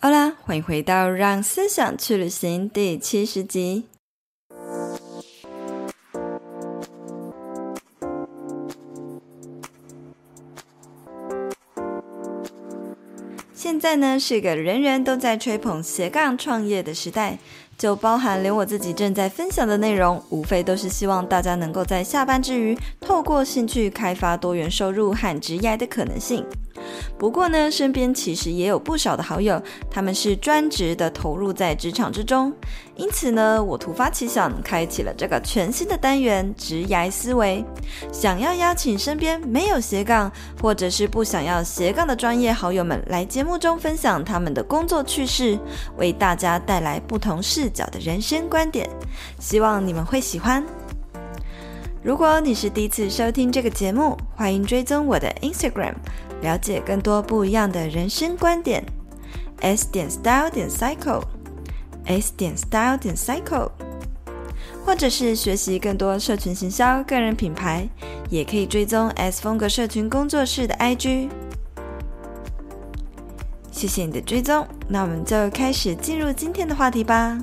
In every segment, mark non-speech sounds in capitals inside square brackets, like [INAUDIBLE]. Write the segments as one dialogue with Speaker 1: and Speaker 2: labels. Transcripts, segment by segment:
Speaker 1: 好啦，欢迎回到《让思想去旅行》第七十集。现在呢是个人人都在吹捧斜杠创业的时代，就包含连我自己正在分享的内容，无非都是希望大家能够在下班之余，透过兴趣开发多元收入和职业的可能性。不过呢，身边其实也有不少的好友，他们是专职的投入在职场之中。因此呢，我突发奇想，开启了这个全新的单元——职涯思维，想要邀请身边没有斜杠，或者是不想要斜杠的专业好友们来节目中分享他们的工作趣事，为大家带来不同视角的人生观点。希望你们会喜欢。如果你是第一次收听这个节目，欢迎追踪我的 Instagram，了解更多不一样的人生观点。s 点 style 点 cycle，s 点 style 点 cycle，或者是学习更多社群行销、个人品牌，也可以追踪 S 风格社群工作室的 IG。谢谢你的追踪，那我们就开始进入今天的话题吧。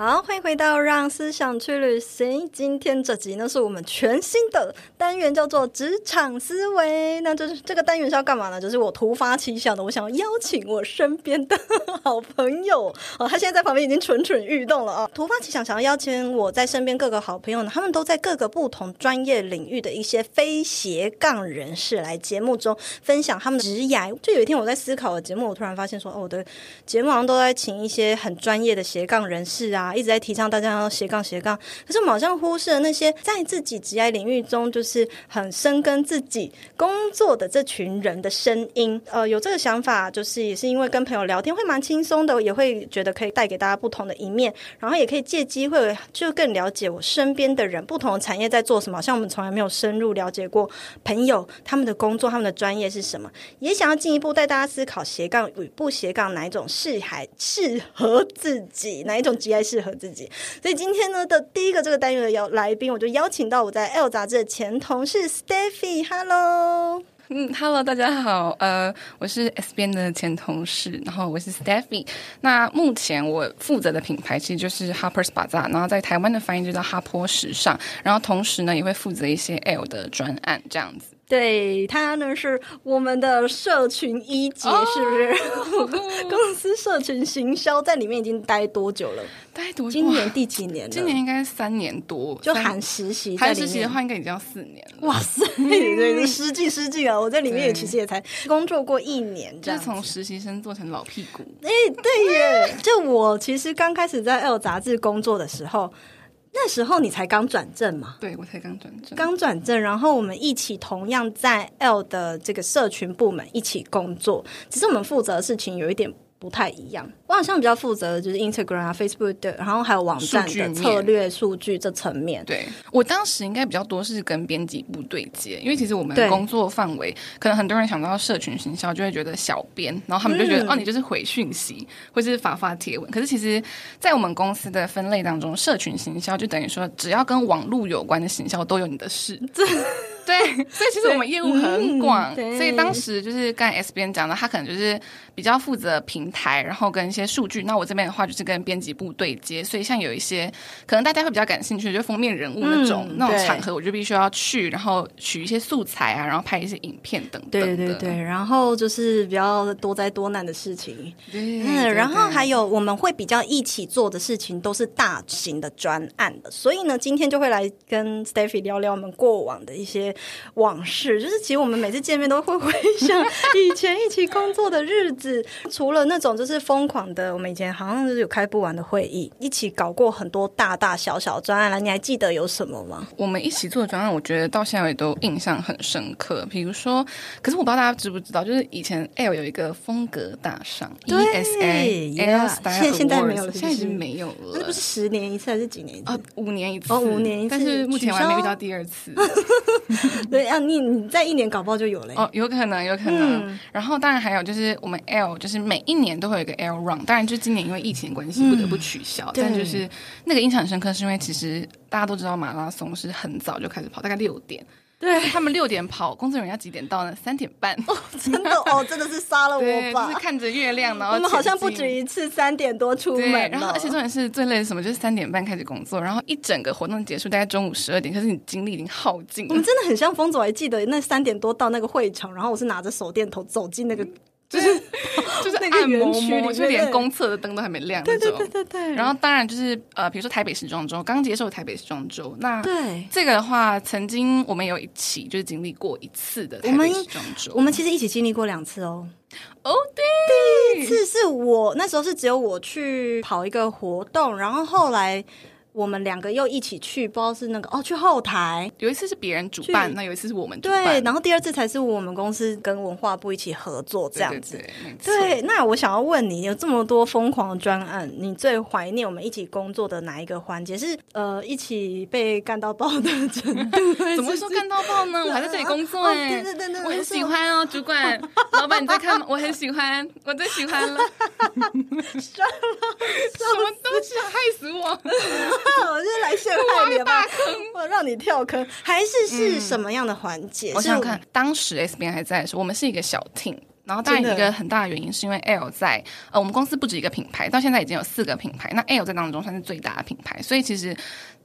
Speaker 1: 好，欢迎回到《让思想去旅行》。今天这集呢，是我们全新的单元，叫做“职场思维”。那就是这个单元是要干嘛呢？就是我突发奇想的，我想要邀请我身边的好朋友哦，他现在在旁边已经蠢蠢欲动了 [LAUGHS] 啊！突发奇想，想要邀请我在身边各个好朋友呢，他们都在各个不同专业领域的一些非斜杠人士来节目中分享他们的职涯。就有一天我在思考的节目，我突然发现说，哦，我的节目好像都在请一些很专业的斜杠人士啊。一直在提倡大家要斜杠斜杠，可是我们好像忽视了那些在自己职业领域中就是很深耕自己工作的这群人的声音。呃，有这个想法，就是也是因为跟朋友聊天会蛮轻松的，也会觉得可以带给大家不同的一面，然后也可以借机会就更了解我身边的人，不同的产业在做什么。好像我们从来没有深入了解过朋友他们的工作、他们的专业是什么，也想要进一步带大家思考斜杠与不斜杠哪一种适还适合自己，哪一种职业是。适合自己，所以今天呢的第一个这个单元的邀来宾，我就邀请到我在 L 杂志的前同事 Stephy。Hello，
Speaker 2: 嗯，Hello，大家好，呃，我是 S 边的前同事，然后我是 Stephy。那目前我负责的品牌其实就是 Harper's Bazaar，然后在台湾的翻译就叫哈坡时尚，然后同时呢也会负责一些 L 的专案这样子。
Speaker 1: 对他呢是我们的社群一姐，oh,
Speaker 2: 哦
Speaker 1: 是不
Speaker 2: [LAUGHS]
Speaker 1: 是？
Speaker 2: 嗯
Speaker 1: 公司社群行销在里面已经待多久了？
Speaker 2: 待多久？
Speaker 1: 今年第几年了？
Speaker 2: 今年应该三年多，
Speaker 1: 就含实习。
Speaker 2: 含实习的话，应该已经要四嗯年了。
Speaker 1: 哇塞， [LAUGHS] 对，失敬失敬啊！我在里面也其实也才工作过一年，这
Speaker 2: 样。就是从实习生做成老屁股。
Speaker 1: 哎、欸，对耶！就我其实刚开始在 L 杂志工作的时候。那时候你才刚转正嘛？
Speaker 2: 对，我才刚转正。
Speaker 1: 刚转正，然后我们一起同样在 L 的这个社群部门一起工作，只是我们负责的事情有一点不太一样。我好像比较负责的就是 Instagram 啊、Facebook 的，然后还有网站的策略、数据这层面。
Speaker 2: 对我当时应该比较多是跟编辑部对接，因为其实我们工作范围，可能很多人想到社群行销就会觉得小编，然后他们就觉得、嗯、哦，你就是回讯息或者是发发贴文。可是其实，在我们公司的分类当中，社群行销就等于说，只要跟网络有关的行销都有你的 [LAUGHS] 事。对，所以其实我们业务很广，嗯、所以当时就是刚才 S 边讲的，他可能就是比较负责平台，然后跟一些数据。那我这边的话就是跟编辑部对接，所以像有一些可能大家会比较感兴趣，就封面人物那种、嗯、那种场合，我就必须要去，然后取一些素材啊，然后拍一些影片等等。
Speaker 1: 对对对，然后就是比较多灾多难的事情。嗯，然后还有我们会比较一起做的事情都是大型的专案的，所以呢，今天就会来跟 Stephy 聊聊我们过往的一些。往事就是，其实我们每次见面都会回想以前一起工作的日子。除了那种就是疯狂的，我们以前好像就是有开不完的会议，一起搞过很多大大小小专案来。你还记得有什么吗？
Speaker 2: 我们一起做的专案，我觉得到现在也都印象很深刻。比如说，可是我不知道大家知不知道，就是以前 L 有一个风格大赏，ESA L Style
Speaker 1: 现现在没有了，
Speaker 2: 现在已经没有了。哦
Speaker 1: 那不是十年一次还是几年一次？
Speaker 2: 啊，五年一次
Speaker 1: 哦，五年一次。
Speaker 2: 但是目前我还没遇到第二次。
Speaker 1: 对啊，你你在一年搞不好就有了、欸。
Speaker 2: 嗯哦，有可能，有可能。
Speaker 1: 嗯
Speaker 2: 然后当然还有就是我们 L，就是每一年都会有一个 L run，当然就今年因为疫情关系不得不取消，
Speaker 1: 嗯对
Speaker 2: 但就是那个印象很深刻，是因为其实大家都知道马拉松是很早就开始跑，大概六点。
Speaker 1: 对，
Speaker 2: 他们六点跑，工作人员要几点到呢？三点半。
Speaker 1: 真的哦，真的是杀了
Speaker 2: 对，
Speaker 1: 我
Speaker 2: 就是
Speaker 1: 吧！
Speaker 2: 看着月亮，然后
Speaker 1: 我们好像
Speaker 2: 前
Speaker 1: 不
Speaker 2: 进
Speaker 1: 止一次三点多出门
Speaker 2: 对，
Speaker 1: 了，
Speaker 2: 然后而且重点是最累的是什么？就是三点半开始工作，然后一整个活动结束大概中午十二点，可是你精力已经耗尽
Speaker 1: 我
Speaker 2: 了
Speaker 1: 们。真的很像疯子，我还记得那三点多到那个会场，然后我是拿着手电筒走进那
Speaker 2: 嗯
Speaker 1: 个，就是
Speaker 2: 就是
Speaker 1: 那个
Speaker 2: 按摩
Speaker 1: 园区里
Speaker 2: 摸，
Speaker 1: 面
Speaker 2: 就是连
Speaker 1: 对
Speaker 2: 公厕的灯都还没亮那
Speaker 1: 对
Speaker 2: 种。
Speaker 1: 对对对对，
Speaker 2: 然后当然就是呃，比如说台北时装周刚结束的台北时装周，那
Speaker 1: 对，
Speaker 2: 这个的话，曾经我们有一起就是经历过一次的台
Speaker 1: 我
Speaker 2: 北
Speaker 1: 们
Speaker 2: 时装周。
Speaker 1: 我们其实一起经历过两次哦。
Speaker 2: 哦，对，
Speaker 1: 一次是我那时候是只有我去跑一个活动，然后后来我们两个又一起去，不知道是那个哦去后台。
Speaker 2: 有一次是别人主
Speaker 1: 去
Speaker 2: 办，那有一次是我们主
Speaker 1: 对，
Speaker 2: 办，
Speaker 1: 然后第二次才是我们公司跟文化部一起合作这样子。
Speaker 2: 对，对对没错
Speaker 1: 对，那我想要问你，有这么多疯狂的专案，你最怀念我们一起工作的哪一个环节？是呃，一起被干到爆的程度？
Speaker 2: [LAUGHS] 怎么会说干到爆呢？我还在这里工作
Speaker 1: [LAUGHS] 哦
Speaker 2: 哎、
Speaker 1: 对对对对
Speaker 2: 我很喜
Speaker 1: 我
Speaker 2: 欢哦，主
Speaker 1: [LAUGHS]
Speaker 2: 管、老板你在看吗？我很喜欢，我最喜欢了。 [LAUGHS] 什么
Speaker 1: [LAUGHS]
Speaker 2: 东西害死我？
Speaker 1: [LAUGHS] 我就是来陷害你吧，我让你跳坑，还是是什么样的环节？
Speaker 2: 我
Speaker 1: 是哦
Speaker 2: 想想看，当时 S B N 还在的时候，我们是一个小 team。然后当然
Speaker 1: 真
Speaker 2: 一
Speaker 1: 的
Speaker 2: 个很大的原因是因为 L 在呃我们公司不止一个品牌，到现在已经有四个品牌，那 L 在当中算是最大的品牌，所以其实，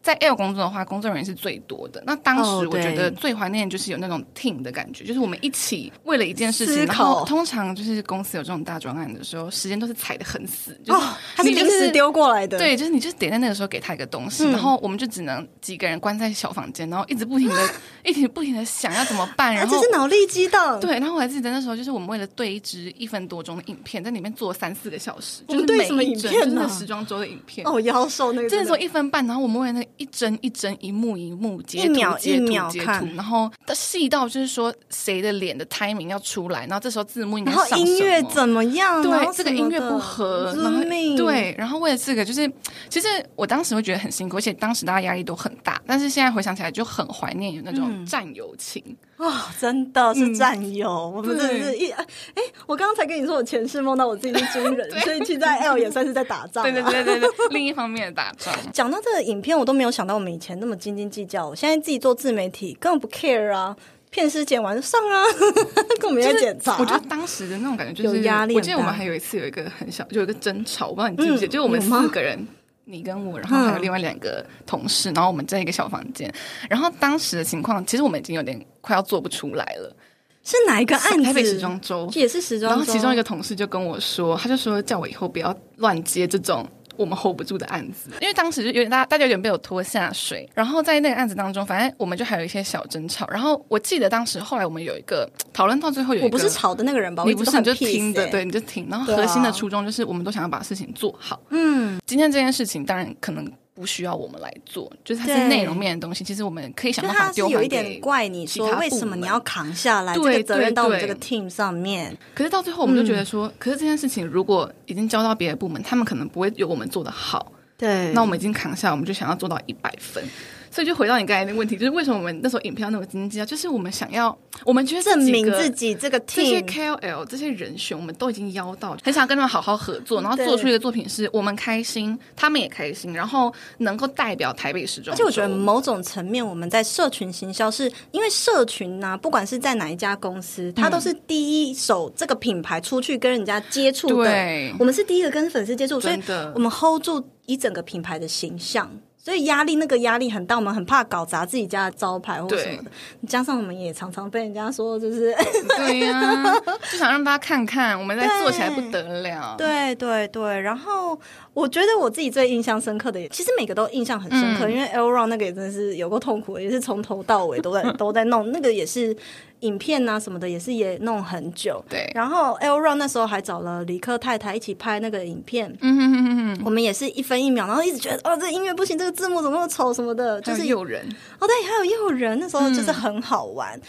Speaker 2: 在 L 工作的话，工作人员是最多的。那当
Speaker 1: 哦
Speaker 2: 时我
Speaker 1: 对
Speaker 2: 觉得最怀念就是有那种 team 的感觉，就是我们一起为了一件事
Speaker 1: 思
Speaker 2: 情，然
Speaker 1: 考
Speaker 2: 后通常就是公司有这种大专案的时候，时间都是踩得很死，就是
Speaker 1: 哦，它是
Speaker 2: 你就
Speaker 1: 临时丢过来的，
Speaker 2: 对，就是你就是得在那个时候给他一个东西，
Speaker 1: 嗯
Speaker 2: 然后我们就只能几个人关在小房间，然后一直不停的、一直不停的想要怎么办，
Speaker 1: 啊，
Speaker 2: 然
Speaker 1: 只
Speaker 2: 后
Speaker 1: 是脑力激荡。，
Speaker 2: 对，然后我还记得那时候就是我们为了对一支一分多钟的影片，在里面做三四个小时，
Speaker 1: 我
Speaker 2: 就
Speaker 1: 们
Speaker 2: 是
Speaker 1: 对
Speaker 2: 每
Speaker 1: 什么
Speaker 2: 一
Speaker 1: 影
Speaker 2: 帧
Speaker 1: 片
Speaker 2: 就是那
Speaker 1: 啊
Speaker 2: 时装周的影片。
Speaker 1: 哦，妖兽那个
Speaker 2: 真
Speaker 1: 真
Speaker 2: 的
Speaker 1: 的
Speaker 2: 说一分半，然后我们为了那一帧一帧、一幕一幕截
Speaker 1: 一
Speaker 2: 图、
Speaker 1: 秒一
Speaker 2: 截图、
Speaker 1: 秒
Speaker 2: 截
Speaker 1: 看
Speaker 2: 图，然后到细到就是说谁的脸的 timing 要出来，然后这时候字幕应该
Speaker 1: 然后
Speaker 2: 上
Speaker 1: 音
Speaker 2: 什
Speaker 1: 乐
Speaker 2: 么
Speaker 1: 怎么样？哦然
Speaker 2: 对
Speaker 1: 后
Speaker 2: 这个
Speaker 1: 什么
Speaker 2: 音乐
Speaker 1: 的
Speaker 2: 不合，然后
Speaker 1: Zooming
Speaker 2: 对，然后为了这个，就是其实我当时会觉得很辛苦，而且当时大家压力都很大，但是现在回想起来就很怀念有那
Speaker 1: 嗯
Speaker 2: 种战友情，
Speaker 1: 哦，真的是战友， [LAUGHS] 我们真的是一哎，我刚刚才跟你说，我前世梦到我自己是军
Speaker 2: [LAUGHS]
Speaker 1: 人，所以其实在 L 也算是在打仗、啊。
Speaker 2: 对对对对对，另一方面的打
Speaker 1: [LAUGHS]
Speaker 2: 仗。
Speaker 1: 讲到这个影片，我都没有想到我们以前那么斤斤计较。我现在自己做自媒体，根本不 care 啊，片师剪完就上啊， [LAUGHS] 根本没在检查。
Speaker 2: 我觉得当时的那种感觉就是
Speaker 1: 有压力很大
Speaker 2: 我记得我们还有一次有一个很小，有一个争吵，我不知道你记不记得，
Speaker 1: 嗯
Speaker 2: 就是我们
Speaker 1: 有吗
Speaker 2: 四个人。你跟我，然后还有另外两个同事，然后我们在一个小房间，然后当时的情况，其实我们已经有点快要做不出来了。
Speaker 1: 是哪一个案子？
Speaker 2: 台北时装周，
Speaker 1: 也是时装周，
Speaker 2: 然后其中一个同事就跟我说，他就说叫我以后不要乱接这种。我们 hold 不住的案子，因为当时就有点大大家有点被我拖下水，然后在那个案子当中，反正我们就还有一些小争吵。然后我记得当时后来我们有一个讨论到最后有一个，
Speaker 1: 我不是吵的那个人吧？
Speaker 2: 你
Speaker 1: 我
Speaker 2: 不
Speaker 1: 一直
Speaker 2: 是
Speaker 1: 都
Speaker 2: 你
Speaker 1: 很
Speaker 2: 就
Speaker 1: peace
Speaker 2: 听的，
Speaker 1: 欸
Speaker 2: 对，你就听。然后
Speaker 1: 对啊
Speaker 2: 核心的初衷就是，我们都想要把事情做好。
Speaker 1: 嗯，
Speaker 2: 今天这件事情当然可能不需要我们来做，就是它是
Speaker 1: 对
Speaker 2: 内容面的东西，其实我们可以想
Speaker 1: 就
Speaker 2: 办
Speaker 1: 他
Speaker 2: 法
Speaker 1: 是
Speaker 2: 丢
Speaker 1: 有
Speaker 2: 还
Speaker 1: 一点
Speaker 2: 给
Speaker 1: 怪你
Speaker 2: 其
Speaker 1: 说
Speaker 2: 他
Speaker 1: 为
Speaker 2: 部
Speaker 1: 什么你
Speaker 2: 门
Speaker 1: 要扛下来这个
Speaker 2: 对
Speaker 1: 责任
Speaker 2: 对
Speaker 1: 到我们这
Speaker 2: 对
Speaker 1: 个 team 上面？
Speaker 2: 可是到最后，我们就
Speaker 1: 嗯
Speaker 2: 觉得说，可是这件事情如果已经交到别的部门，他们可能不会有我们做的好。
Speaker 1: 对，
Speaker 2: 那我们已经扛下，我们就想要做到一百分。所以就回到你刚才那个问题，就是为什么我们那时候影片要那么经济啊？就是我们想要，我们觉得这
Speaker 1: 证
Speaker 2: 几
Speaker 1: 明
Speaker 2: 个
Speaker 1: 自。己这个
Speaker 2: 这些
Speaker 1: team。
Speaker 2: KOL 这些人选，我们都已经邀到，很想跟他们好好合作，然后
Speaker 1: 嗯对
Speaker 2: 做出一个作品是我们开心，他们也开心，然后能够代表台北时
Speaker 1: 而
Speaker 2: 装周。
Speaker 1: 且我觉得某种层面，我们在社群行销是因为社群呐、不管是在哪一家公司，
Speaker 2: 嗯
Speaker 1: 它都是第一手这个品牌出去跟人家接触的，
Speaker 2: 对，
Speaker 1: 我们是第一个跟粉丝接触，所以
Speaker 2: 真的
Speaker 1: 我们 hold 住一整个品牌的形象，所以压力那个压力很大，我们很怕搞砸自己家的招牌或什么的。加上我们也常常被人家说，就是
Speaker 2: 对呀、
Speaker 1: [LAUGHS]
Speaker 2: 就想让大家看看我们在做起来不得了。
Speaker 1: 对对对。然后我觉得我自己最印象深刻的也，其实每个都印象很深刻，
Speaker 2: 嗯
Speaker 1: 因为 L Ron 那个也真的是有够痛苦的，也是从头到尾
Speaker 2: [LAUGHS]
Speaker 1: 都在都在弄，那个也是影片啊什么的，也是也弄很久。
Speaker 2: 对
Speaker 1: 然后 L Ron 那时候还找了李克太太一起拍那个影片，
Speaker 2: 嗯哼哼哼哼。
Speaker 1: 我们也是一分一秒，然后一直觉得哦，这个音乐不行，这个字幕怎么那么丑什么的，就
Speaker 2: 还有
Speaker 1: 是
Speaker 2: 诱人，
Speaker 1: 哦，对，还有诱人，那时
Speaker 2: 嗯
Speaker 1: 候就是很好玩。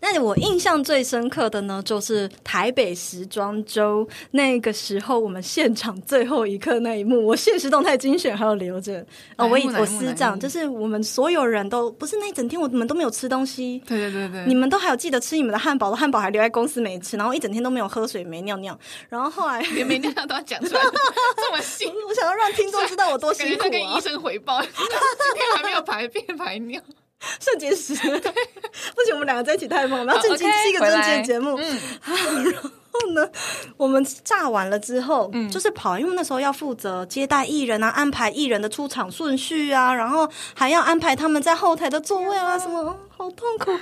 Speaker 1: 那我印象最深刻的呢，就是台北时装周那个时候，我们现场最后一刻那一幕，我现实动态精选还有留着。哦，我
Speaker 2: 哪一
Speaker 1: 以
Speaker 2: 幕哪一幕
Speaker 1: 我师
Speaker 2: 哪一
Speaker 1: 长，
Speaker 2: 幕
Speaker 1: 就是我们所有人都不是那一整天，我们都没有吃东西。
Speaker 2: 对对对对，
Speaker 1: 你们都还有记得吃你们的汉堡，的汉堡还留在公司没吃，然后一整天都没有喝水，没尿尿。然后后来，
Speaker 2: 连没料都要讲 [LAUGHS] 出来，这么细，
Speaker 1: [LAUGHS] 我想要让听众知道我多
Speaker 2: 感觉
Speaker 1: 辛苦
Speaker 2: 在跟
Speaker 1: 啊
Speaker 2: 医！生回报，今天还没有排便排尿，
Speaker 1: 肾结
Speaker 2: [LAUGHS]
Speaker 1: 石，不行，我们两个在一起太猛了，然后正经
Speaker 2: OK，
Speaker 1: 是一个
Speaker 2: 回
Speaker 1: 正
Speaker 2: 来
Speaker 1: 经的节目。
Speaker 2: 嗯，
Speaker 1: 然后呢，我们炸完了之后，
Speaker 2: 嗯
Speaker 1: 就是跑，因为那时候要负责接待艺人啊，安排艺人的出场顺序啊，然后还要安排他们在后台的座位
Speaker 2: 哎
Speaker 1: 啊，什么、哦好痛苦。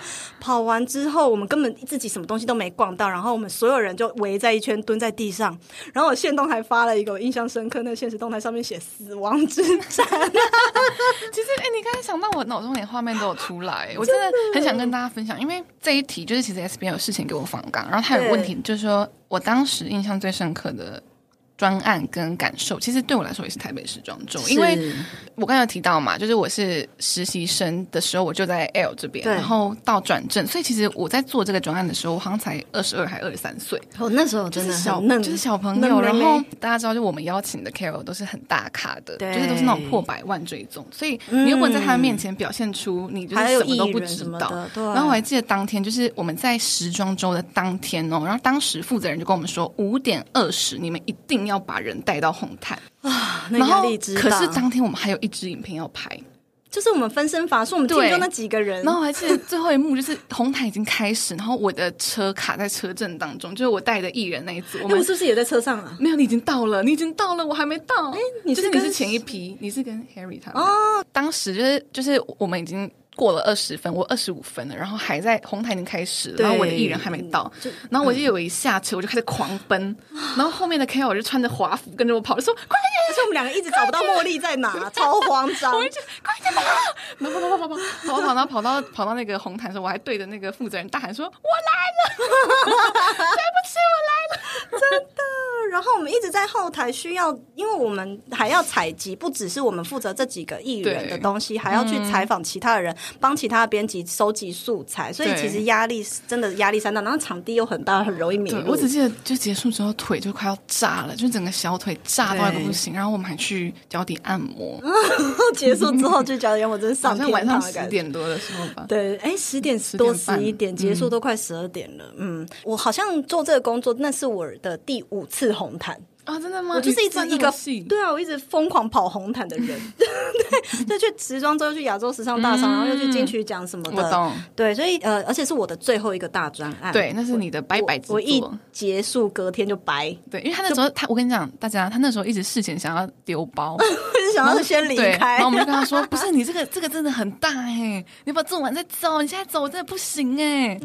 Speaker 1: 跑完之后，我们根本自己什么东西都没逛到，然后我们所有人就围在一圈蹲在地上。然后我现动还发了一个我印象深刻，那现实动态上面写“死亡之战”，
Speaker 2: 其实，哎、你刚才想到我脑中连画面都有出来，我真的很想跟大家分享，因为这一题就是其实 S B 有事情给我访纲，然后他有问题就是说我当时印象最深刻的专案跟感受，其实对我来说也是台北时装周，因为我刚才有提到嘛，就是我是实习生的时候，我就在 L 这边，
Speaker 1: 对
Speaker 2: 然后到转正，所以其实我在做这个专案的时候，我好像才二十二还二十三岁，
Speaker 1: 我哦那时候
Speaker 2: 就
Speaker 1: 真
Speaker 2: 是
Speaker 1: 的
Speaker 2: 小
Speaker 1: 很嫩，
Speaker 2: 就是小朋
Speaker 1: 嫩
Speaker 2: 友，
Speaker 1: 妹
Speaker 2: 然
Speaker 1: 妹
Speaker 2: 后大家知道，就我们邀请的 Carol 都是很大咖的，
Speaker 1: 对嗯
Speaker 2: 就是都是那种破百万追踪，所以你如果在他面前表现出你就是
Speaker 1: 还有
Speaker 2: 什么
Speaker 1: 艺
Speaker 2: 都不
Speaker 1: 人
Speaker 2: 知
Speaker 1: 什么
Speaker 2: 道，
Speaker 1: 的，对。啊
Speaker 2: 然后我还记得当天就是我们在时装周的当天哦，然后当时负责人就跟我们说五点二十你们一定要把人带到红毯，
Speaker 1: 那
Speaker 2: 然
Speaker 1: 压
Speaker 2: 后
Speaker 1: 力之
Speaker 2: 可
Speaker 1: 大嗯
Speaker 2: 是当天我们还有一支影片要拍，
Speaker 1: 就是我们分身乏术，我们听
Speaker 2: 对
Speaker 1: 就那几个人，
Speaker 2: 然后我还记得最后一幕就是红毯已经开始，然后我的车卡在车阵当中，就是我带的艺人那一组，我
Speaker 1: 哎我
Speaker 2: 们
Speaker 1: 们是不是也在车上
Speaker 2: [LAUGHS]
Speaker 1: 啊？
Speaker 2: 没有，你已经到了，你已经到了，我还没到。哎、
Speaker 1: 你
Speaker 2: 就是是你
Speaker 1: 跟
Speaker 2: 是前一批，你是跟 Harry 他们哦。当时就是就是我们已经过了二十分，我二十五分了，然后还在红毯已经开始了，
Speaker 1: 对
Speaker 2: 然后我的艺人还没到。然后我就以为一下车我就开始狂奔，然后后面的 KOL 就穿着华服跟着我跑，说快点，
Speaker 1: 而且我们两个一直找不到茉莉在
Speaker 2: [LAUGHS]
Speaker 1: 哪，超慌张。
Speaker 2: 快点跑！然后跑跑跑跑跑跑跑，然后跑到跑到那个红毯的时候，我还对着那个负责人大喊说：“我来了，对不起，我来了。”
Speaker 1: 然后我们一直在后台需要，因为我们还要采集，不只是我们负责这几个艺人
Speaker 2: 对嗯
Speaker 1: 的东西，还要去采访其他人，帮其他的编辑收集素材，所以
Speaker 2: 对
Speaker 1: 其实压力是真的压力山大。然后场地又很大，很容易迷
Speaker 2: 对，
Speaker 1: 路。
Speaker 2: 我只记得就结束之后腿就快要炸了，就整个小腿炸到一个不行，然后我们还去脚底按摩，
Speaker 1: [LAUGHS] 结束之后就觉得，哎我真是
Speaker 2: 好
Speaker 1: 上
Speaker 2: 像晚
Speaker 1: 天
Speaker 2: 上
Speaker 1: 堂的
Speaker 2: 十
Speaker 1: 感觉。
Speaker 2: 点多的时候吧。
Speaker 1: 对，哎，十点
Speaker 2: 10
Speaker 1: 多
Speaker 2: 点半
Speaker 1: 十一点结束都快十二点了。嗯，我好像做这个工作，那是我的第五次红毯。
Speaker 2: 啊，真的吗？
Speaker 1: 我就是一
Speaker 2: 你
Speaker 1: 直
Speaker 2: 算那
Speaker 1: 一
Speaker 2: 么
Speaker 1: 个
Speaker 2: 细
Speaker 1: 对啊，我一直疯狂跑红毯的人，对，就去时装周，去亚洲时尚大赏，然后又去金曲奖什么
Speaker 2: 我
Speaker 1: 的，
Speaker 2: 懂。
Speaker 1: 对，所以呃，而且是我的最后一个大专案，
Speaker 2: 对，那是你的拜拜之
Speaker 1: 我一
Speaker 2: 作。
Speaker 1: 结束隔天就白，
Speaker 2: 对，因为他那时候，他我跟你讲，大家，他那时候一直事前想要丢包，
Speaker 1: 就是想要先 [LAUGHS] 离
Speaker 2: 对，
Speaker 1: 开
Speaker 2: 然后我。们就跟他说，不是你这个这个真的很大哎、你把它做完再走，你现在走我真的不行
Speaker 1: [LAUGHS]
Speaker 2: 哎、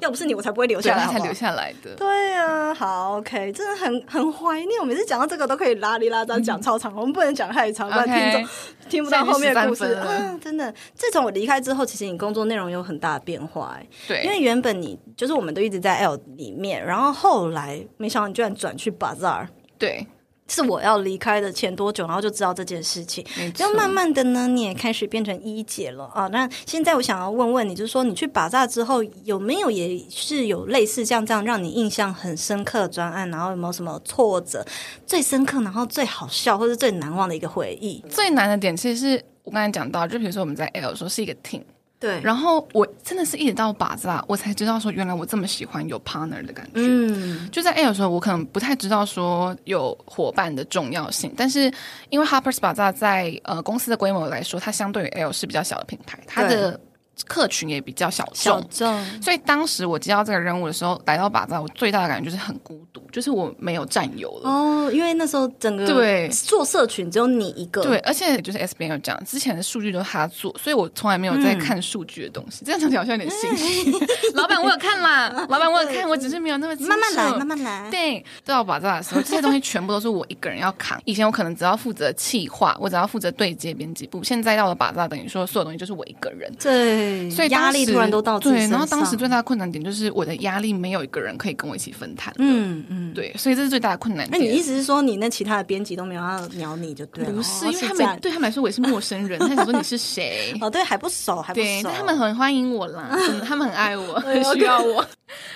Speaker 1: 要不是你，我才不会留
Speaker 2: 对，
Speaker 1: 下来，
Speaker 2: 他
Speaker 1: 啊好
Speaker 2: 才
Speaker 1: 不好
Speaker 2: 留下来的。
Speaker 1: 对啊，好，OK，真的很很怀念。我每次讲到这个都可以拉里拉张讲超长，我们不能讲太长，不然
Speaker 2: OK
Speaker 1: 听众听不到后面的故事。
Speaker 2: 现在已经13分
Speaker 1: 嗯，真的，自从我离开之后，其实你工作内容有很大的变化、欸。
Speaker 2: 对，
Speaker 1: 因为原本你就是我们都一直在 L 里面，然后后来没想到你居然转去 Bazaar，
Speaker 2: 对，
Speaker 1: 是我要离开的前多久，然后就知道这件事情。
Speaker 2: 没错
Speaker 1: 就慢慢的呢，你也开始变成一姐了啊。那现在我想要问问你，就是说你去把炸之后，有没有也是有类似像这样让你印象很深刻的专案？然后有没有什么挫折最深刻，然后最好笑或是最难忘的一个回忆？
Speaker 2: 最难的点其实是我刚才讲到，就比如说我们在 L 的时候是一个 team，
Speaker 1: 对，
Speaker 2: 然后我真的是一直到靶子啊，我才知道说原来我这么喜欢有 partner 的感觉。
Speaker 1: 嗯，
Speaker 2: 就在 L 的时候，我可能不太知道说有伙伴的重要性，但是因为 Harper's Bazaar 在呃公司的规模来说，它相对于 L 是比较小的品牌，它的客群也比较小
Speaker 1: 小
Speaker 2: 众。
Speaker 1: 众，
Speaker 2: 所以当时我接到这个任务的时候，来到靶子，我最大的感觉就是很孤独，就是我没有战友了。
Speaker 1: 哦，因为那时候整个
Speaker 2: 对
Speaker 1: 做社群只有你一个，
Speaker 2: 对，而且就是 S B 有讲，之前的数据都是他做，所以我从来没有在看数据的东西。这样讲起来好像有点心虚。嗯 [LAUGHS] 老板，我有看啦，老板我有看，我只是没有那么
Speaker 1: 慢慢来，慢
Speaker 2: 慢。
Speaker 1: 慢来。
Speaker 2: 对，都要把这的时候，这些东西全部都是我一个人要扛。以前我可能只要负责企划，我只要负责对接编辑部，现在到了把扎，等于说所有东西就是我一个人。
Speaker 1: 对对，
Speaker 2: 所以
Speaker 1: 压
Speaker 2: 当
Speaker 1: 力
Speaker 2: 时
Speaker 1: 突然都到自己
Speaker 2: 对，
Speaker 1: 身
Speaker 2: 然后当时
Speaker 1: 上
Speaker 2: 最大的困难点就是我的压力没有一个人可以跟我一起分摊。嗯，
Speaker 1: 嗯嗯，
Speaker 2: 对，所以这是最大的困难
Speaker 1: 那
Speaker 2: 点。
Speaker 1: 你意思是说，你那其他的编辑都没有要鸟你就对了？
Speaker 2: 不是，
Speaker 1: 哦
Speaker 2: 因为他
Speaker 1: 这样
Speaker 2: 们对他们来说我也是陌生人，他想说你是谁？
Speaker 1: 哦，对，还不熟，还不熟。
Speaker 2: 对，但他们很欢迎我啦，真的，他们很爱
Speaker 1: [LAUGHS]
Speaker 2: 我，很
Speaker 1: OK
Speaker 2: [LAUGHS] 需要我。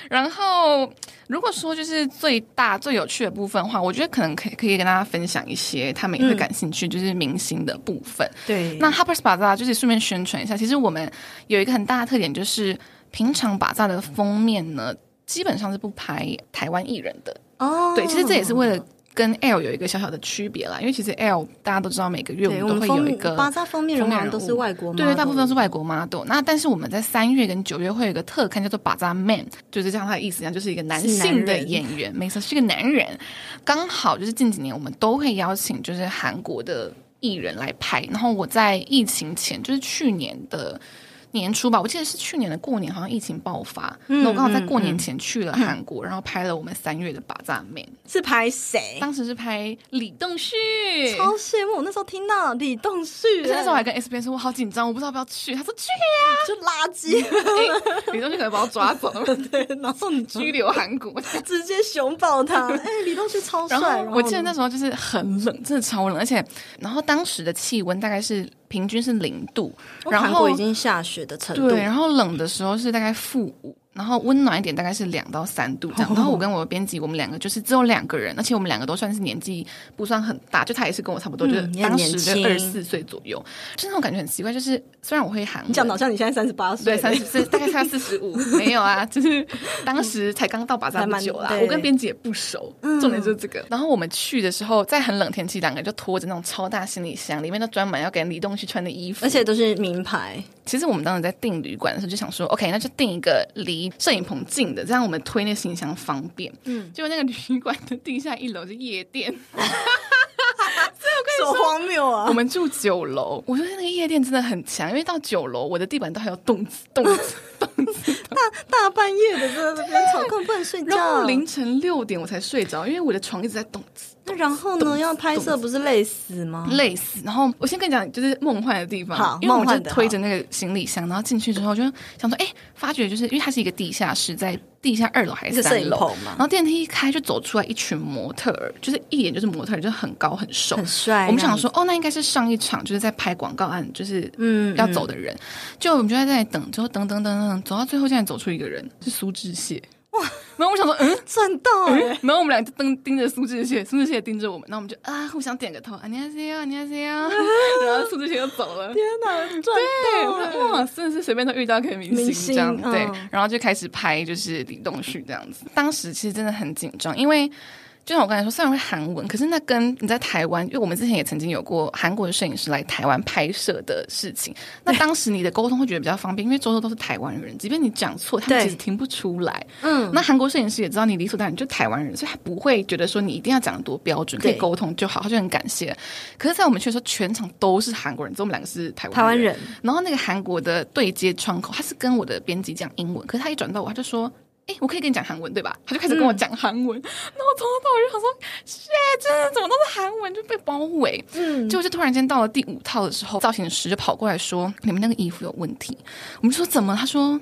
Speaker 2: 然后，如果说就是最大最有趣的部分的话，我觉得可能可以可以跟大家分享一些他们也会
Speaker 1: 嗯
Speaker 2: 感兴趣，就是明星的部分。
Speaker 1: 对
Speaker 2: 那 Harper's Bazaar 就是顺便宣传一下，其实我们有一个很大的特点，就是平常 Bazaar 的封面呢，基本上是不拍台湾艺人的。
Speaker 1: 哦，
Speaker 2: 对，其实这也是为了。跟 L 有一个小小的区别啦，因为其实 L 大家都知道，每个月我
Speaker 1: 对我
Speaker 2: 们都
Speaker 1: 们
Speaker 2: 会
Speaker 1: 封
Speaker 2: 有一
Speaker 1: 面
Speaker 2: 个
Speaker 1: 巴扎封面
Speaker 2: 封
Speaker 1: 人
Speaker 2: 面
Speaker 1: 好像
Speaker 2: 人
Speaker 1: 都是
Speaker 2: 物
Speaker 1: 外国嘛，
Speaker 2: 对，大部分都是外国 model。那但是我们在三月跟九月会有一个特刊叫做《把扎 man》，就是像他的意思一样，就是一个男
Speaker 1: 是男
Speaker 2: 性的
Speaker 1: 人
Speaker 2: 演员，没错，是个男人。刚好就是近几年我们都会邀请就是韩国的艺人来拍，然后我在疫情前就是去年的。年初吧，我记得是去年的过年，好像疫情爆发，
Speaker 1: 嗯
Speaker 2: 那、我刚好在过年前去了韩国，然后拍了我们三月的《把扎 man》，
Speaker 1: 是拍谁？
Speaker 2: 当时是拍李栋旭，
Speaker 1: 哎超羡慕！我那时候听到李栋旭，哎
Speaker 2: 而且那时候我还跟 S B 说，我好紧张，我不知道要不要去，他说去
Speaker 1: 就垃
Speaker 2: [LAUGHS]
Speaker 1: 圾，
Speaker 2: 哎李东旭可能把我抓走，
Speaker 1: [LAUGHS] 对，然后你
Speaker 2: 拘留韩国。
Speaker 1: 直接熊抱他。哎，李栋旭超帅
Speaker 2: 然，后
Speaker 1: 然
Speaker 2: 我记得那
Speaker 1: 呢
Speaker 2: 时候就是很冷，真的超冷，而且然后当时的气温大概是平均是零度，然
Speaker 1: 哦韩国
Speaker 2: 后
Speaker 1: 已经下雪的程度，
Speaker 2: 对，然后冷的时候是大概负五。然后温暖一点，大概是两到三度这
Speaker 1: 哦
Speaker 2: 样。然后我跟我的编辑，我们两个就是只有两个人，而且我们两个都算是年纪不算很大，就他也是跟我差不多，
Speaker 1: 嗯
Speaker 2: 就是
Speaker 1: 你很
Speaker 2: 当时
Speaker 1: 年轻
Speaker 2: 的二十四岁左右，就是那种感觉很奇怪。就是虽然我会韩文，
Speaker 1: 你讲的好像你现在三十八岁欸了，
Speaker 2: 对，三十四，大概差
Speaker 1: [LAUGHS]
Speaker 2: 四十五，没有啊，就是当时才刚到巴扎
Speaker 1: 还
Speaker 2: 不
Speaker 1: 蛮
Speaker 2: 久啦
Speaker 1: 对。嗯
Speaker 2: 我跟编辑也不熟，重点就是这个。然后我们去的时候，在很冷天气，两个人就拖着那种超大行李箱，里面都装满要给李栋旭穿的衣服。
Speaker 1: 而且，都是名牌，
Speaker 2: 其实我们当时在订旅馆的时候，就想说，OK，那就订一个离摄影棚近的，这样我们推那行李箱方便。嗯，结果那个旅馆的地下一楼是夜店，
Speaker 1: 手荒谬啊
Speaker 2: 我！们住九楼，我觉得那个夜店真的很强，因为到九楼我的地板都还有动子动子。
Speaker 1: [LAUGHS] 大半夜的在那边吵，根本不能睡
Speaker 2: 然
Speaker 1: 觉
Speaker 2: 后。凌晨六点我才睡着，因为我的床一直在动，
Speaker 1: 那然后呢？要拍摄不是累死吗？
Speaker 2: 累死。然后我先跟你讲，就是梦幻的地方，
Speaker 1: 哦好
Speaker 2: 因为我
Speaker 1: 梦
Speaker 2: 就
Speaker 1: 幻的
Speaker 2: 推着那个行李箱，然后进去之后就想说，哎、发觉就是因为它是一个地下室，在地下二楼还
Speaker 1: 一
Speaker 2: 是
Speaker 1: 个摄
Speaker 2: 三
Speaker 1: 影
Speaker 2: 楼
Speaker 1: 棚嘛
Speaker 2: 然后电梯一开就走出来一群模特儿，就是一眼就是模特儿，就很高很瘦，
Speaker 1: 很帅。
Speaker 2: 我们想说，哦，那应该是上一场就是在拍广告案，就是
Speaker 1: 嗯
Speaker 2: 嗯要走的人，就我们就在那里等，之后等等等等等，走到最后竟然走出一个人，是苏志燮。哇！然后我想说，嗯，
Speaker 1: 赚到了，
Speaker 2: 然后我们俩就盯盯着苏志燮，苏志燮也盯着我们，然后我们就啊互相点个头，啊你好你好你好你好，然后苏志燮就走了。
Speaker 1: 天哪，赚
Speaker 2: 对，
Speaker 1: 到
Speaker 2: 我
Speaker 1: 了！
Speaker 2: 说哇，真的是随便都遇到可以明
Speaker 1: 明
Speaker 2: 星
Speaker 1: 星
Speaker 2: 这样，对
Speaker 1: 嗯，
Speaker 2: 然后就开始拍就是李栋旭这样子。当时其实真的很紧张，因为就像我刚才说，虽然会韩文，可是那跟你在台湾，因为我们之前也曾经有过韩国的摄影师来台湾拍摄的事情，那当时你的沟通会觉得比较方便，因为周周都是台湾人，即便你讲错，他们
Speaker 1: 对
Speaker 2: 其实听不出来。
Speaker 1: 嗯，
Speaker 2: 那韩国摄影师也知道你理所当然就台湾人，所以他不会觉得说你一定要讲得多标准，可以
Speaker 1: 对
Speaker 2: 沟通就好，他就很感谢。可是，在我们去的时候，全场都是韩国人，只有我们两个是台湾
Speaker 1: 台湾人
Speaker 2: 然后那个韩国的对接窗口，他是跟我的编辑讲英文，可是他一转到我，他就说。哎、我可以跟你讲韩文对吧？他就开始跟我讲韩文，那、我从头到尾就想说，是真的怎么都是韩文，就被包围。
Speaker 1: 嗯，
Speaker 2: 结果就突然间到了第五套的时候，造型师就跑过来说：“你们那个衣服有问题。”我们就说：“怎么？”他说：“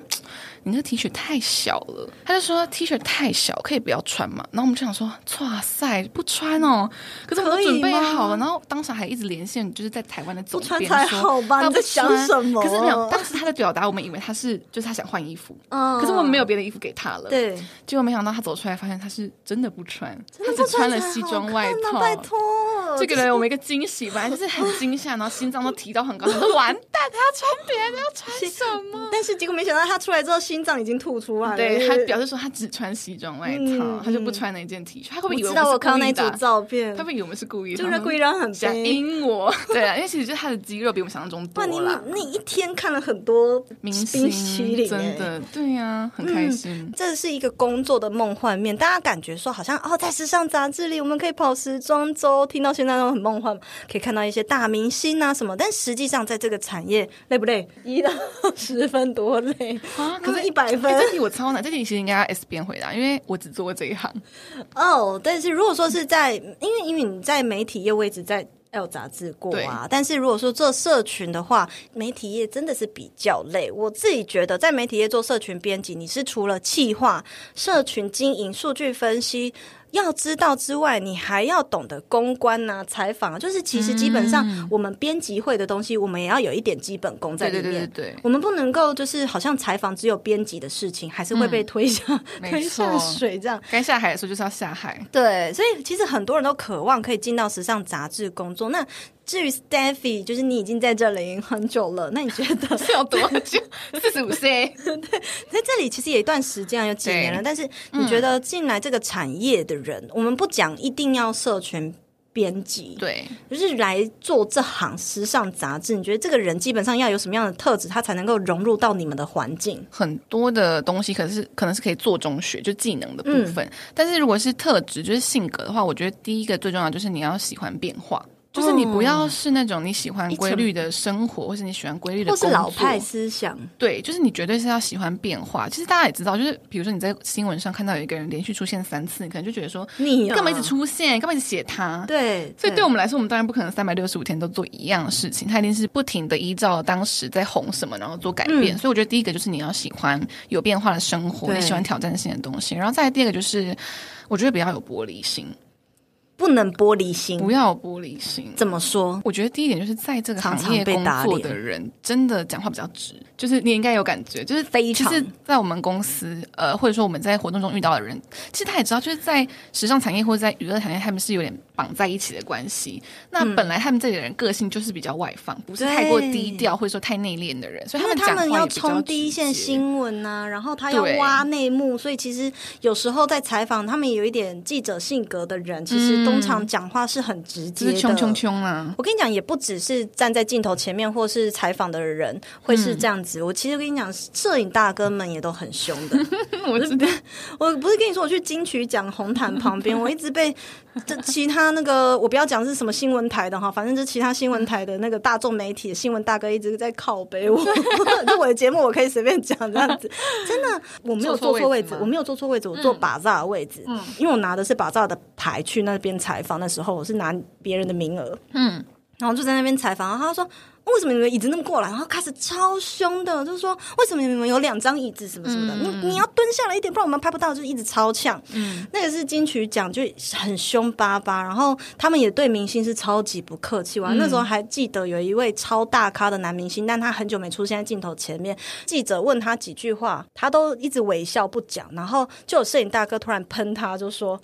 Speaker 2: 你那个 T 恤太小了。”他就说：“T 恤太小，可以不要穿嘛。”然后我们就想说：“哇塞，不穿哦！”可是我
Speaker 1: 可
Speaker 2: 们都
Speaker 1: 以
Speaker 2: 准备
Speaker 1: 吗
Speaker 2: 好了，然后当时还一直连线，就是在台湾的
Speaker 1: 不
Speaker 2: 总
Speaker 1: 穿
Speaker 2: 编
Speaker 1: 才
Speaker 2: 说
Speaker 1: 好吧？
Speaker 2: 他
Speaker 1: 你在
Speaker 2: 不
Speaker 1: 想
Speaker 2: 穿
Speaker 1: 什么？
Speaker 2: 可是没有，当时他的表达，我们以为他是就是他想换衣服，
Speaker 1: 嗯
Speaker 2: 可是我们没有别的衣服给他了。，
Speaker 1: 对，
Speaker 2: 结果没想到他走出来，发现他是真的不穿，
Speaker 1: 真的
Speaker 2: 他
Speaker 1: 不
Speaker 2: 只穿了
Speaker 1: 才
Speaker 2: 西
Speaker 1: 好
Speaker 2: 装外
Speaker 1: 看啊
Speaker 2: 套。
Speaker 1: 拜托，
Speaker 2: 这个人我们一个惊喜，本来就是很惊吓，然后心脏都提到
Speaker 1: [LAUGHS]
Speaker 2: 很高，想说完蛋，他要穿别的，要穿什么？
Speaker 1: 但是结果没想到他出来之后心脏已经吐出来了，
Speaker 2: 对他表
Speaker 1: 示
Speaker 2: 示说他只穿西装外
Speaker 1: 嗯
Speaker 2: 套，他就不穿那件 T 恤，他会不会
Speaker 1: 我
Speaker 2: 以为
Speaker 1: 知道
Speaker 2: 我
Speaker 1: 我
Speaker 2: 们是
Speaker 1: 看到
Speaker 2: 故
Speaker 1: 那
Speaker 2: 意
Speaker 1: 组
Speaker 2: 的？啊
Speaker 1: 照片
Speaker 2: 他，会以为我们是故意的，
Speaker 1: 就是
Speaker 2: 他们
Speaker 1: 故意让他很
Speaker 2: 想
Speaker 1: 悲。
Speaker 2: 阴我。对啊，因为其实就是他的肌肉比我们想象中多
Speaker 1: 哇，你
Speaker 2: 啦。
Speaker 1: 你一天看了很多
Speaker 2: 明
Speaker 1: 冰
Speaker 2: 星
Speaker 1: 淇淋、欸，嗯
Speaker 2: 真的对呀、很开心。
Speaker 1: 这是一个工作的梦幻面，大家感觉说好像哦，在时尚杂志里我们可以跑时装周，听到现在都很梦幻，可以看到一些大明星啊什么，但实际上在这个产业累不累？一到十分多累
Speaker 2: 啊！可
Speaker 1: 那
Speaker 2: 是
Speaker 1: 一百分
Speaker 2: 哎这题我超难，这题其实应该要 S 边回答，因为我只做过这一行。
Speaker 1: 哦。但是如果说是在，因为因为你在媒体业位置在。 L 杂志过
Speaker 2: 对
Speaker 1: 啊。但是如果说做社群的话，媒体业真的是比较累。我自己觉得，在媒体业做社群编辑，你是除了企划、社群经营、数据分析。要知道之外，你还要懂得公关呐、采访啊，就是其实基本上我们编辑会的东西，我们也要有一点基本功在
Speaker 2: 对
Speaker 1: 里
Speaker 2: 嗯对
Speaker 1: 面。
Speaker 2: 对对对，
Speaker 1: 我们不能够就是好像采访只有编辑的事情，还是会被推下、
Speaker 2: 嗯没
Speaker 1: 推下
Speaker 2: 错
Speaker 1: 水这样。
Speaker 2: 该下海的时候就是要下海。
Speaker 1: 对，所以其实很多人都渴望可以进到时尚杂志工作。那至于 Steffi，就是你已经在这里很久了，那你觉
Speaker 2: [LAUGHS]
Speaker 1: 得
Speaker 2: 是有多久？四十五岁，
Speaker 1: 在这里其实也一段时间啊了，有几年了。但是你
Speaker 2: 嗯
Speaker 1: 觉得进来这个产业的人，我们不讲一定要社群编辑，
Speaker 2: 对，
Speaker 1: 就是来做这行时尚杂志，你觉得这个人基本上要有什么样的特质，他才能够融入到你们的环境？
Speaker 2: 很多的东西可是可能是可以做中学，就技能的部
Speaker 1: 嗯
Speaker 2: 分。但是如果是特质，就是性格的话，我觉得第一个最重要就是你要喜欢变化。就是你不要是那种你喜欢规律的生活，或是你喜欢规律的
Speaker 1: 或
Speaker 2: 工
Speaker 1: 是
Speaker 2: 作，
Speaker 1: 老派思想，
Speaker 2: 对，就是你绝对是要喜欢变化。其实大家也知道，就是比如说你在新闻上看到有一个人连续出现三次，你可能就觉得说，
Speaker 1: 你
Speaker 2: 你
Speaker 1: 啊
Speaker 2: 干嘛一直出现，干嘛一直写他？
Speaker 1: 对，
Speaker 2: 所以对我们来说，我们当然不可能三百六十五天都做一样的事情，它一定是不停的依照当时在红什么，然后做改变。所以我觉得第一个就是你要喜欢有变化的生活，
Speaker 1: 嗯对
Speaker 2: 你喜欢挑战性的东西，然后再来第二个就是我觉得不要有玻璃心，
Speaker 1: 不能玻璃心。
Speaker 2: 不要有玻璃心。
Speaker 1: 怎么说？
Speaker 2: 我觉得第一点就是在这个
Speaker 1: 常
Speaker 2: 行
Speaker 1: 常
Speaker 2: 业
Speaker 1: 被
Speaker 2: 工
Speaker 1: 打
Speaker 2: 作
Speaker 1: 脸
Speaker 2: 的人，真的讲话比较直，就是你应该有感觉，就是
Speaker 1: 非常
Speaker 2: 就是在我们公司，呃，或者说我们在活动中遇到的人，其实他也知道，就是在时尚产业或者在娱乐产业，他们是有点绑在一起的关系。那本来他们这里的人个性就是比较外放，不是
Speaker 1: 对
Speaker 2: 太过低调或者说太内敛的人，所以
Speaker 1: 因
Speaker 2: 他
Speaker 1: 为
Speaker 2: 们
Speaker 1: 他
Speaker 2: 讲
Speaker 1: 们
Speaker 2: 话
Speaker 1: 要
Speaker 2: 也比较
Speaker 1: 冲第一线
Speaker 2: 直接。
Speaker 1: 新闻呐、然后他要
Speaker 2: 对
Speaker 1: 挖内幕，所以其实有时候在采访他们有一点记者性格的人，其实通常讲话是很直接
Speaker 2: 嗯就是
Speaker 1: 的。
Speaker 2: 穷啊穷穷啦，
Speaker 1: 我跟你讲，也不只是站在镜头前面或是采访的人会
Speaker 2: 嗯
Speaker 1: 是这样子。我其实跟你讲，摄影大哥们也都很凶的。
Speaker 2: 我知道，
Speaker 1: 我不是跟你说，我去金曲奖红毯旁边， [LAUGHS] 我一直被这其他那个我不要讲是什么新闻台的哈，反正就其他新闻台的那个大众媒体的新闻大哥一直在靠背我， [LAUGHS] 就我的节目我可以随便讲这样子，真的我没有坐错位
Speaker 2: 坐错位
Speaker 1: 置
Speaker 2: 置吗，
Speaker 1: 我没有坐错位置，我坐把炸的位置，因为我拿的是把炸的牌去那边采访，那时候我是拿别人的名额，
Speaker 2: 嗯，
Speaker 1: 然后就在那边采访，然后他说。为什么你们椅子那么过来？然后开始超凶的，就是说为什么你们有两张椅子什么什么的？
Speaker 2: 嗯
Speaker 1: 你你要蹲下来一点，不然我们拍不到，就是一直超呛。嗯，那个是金曲奖，就很凶巴巴。然后他们也对明星是超级不客气。
Speaker 2: 嗯
Speaker 1: 我、那时候还记得有一位超大咖的男明星，但他很久没出现在镜头前面，记者问他几句话，他都一直微笑不讲。然后就有摄影大哥突然喷他，就说。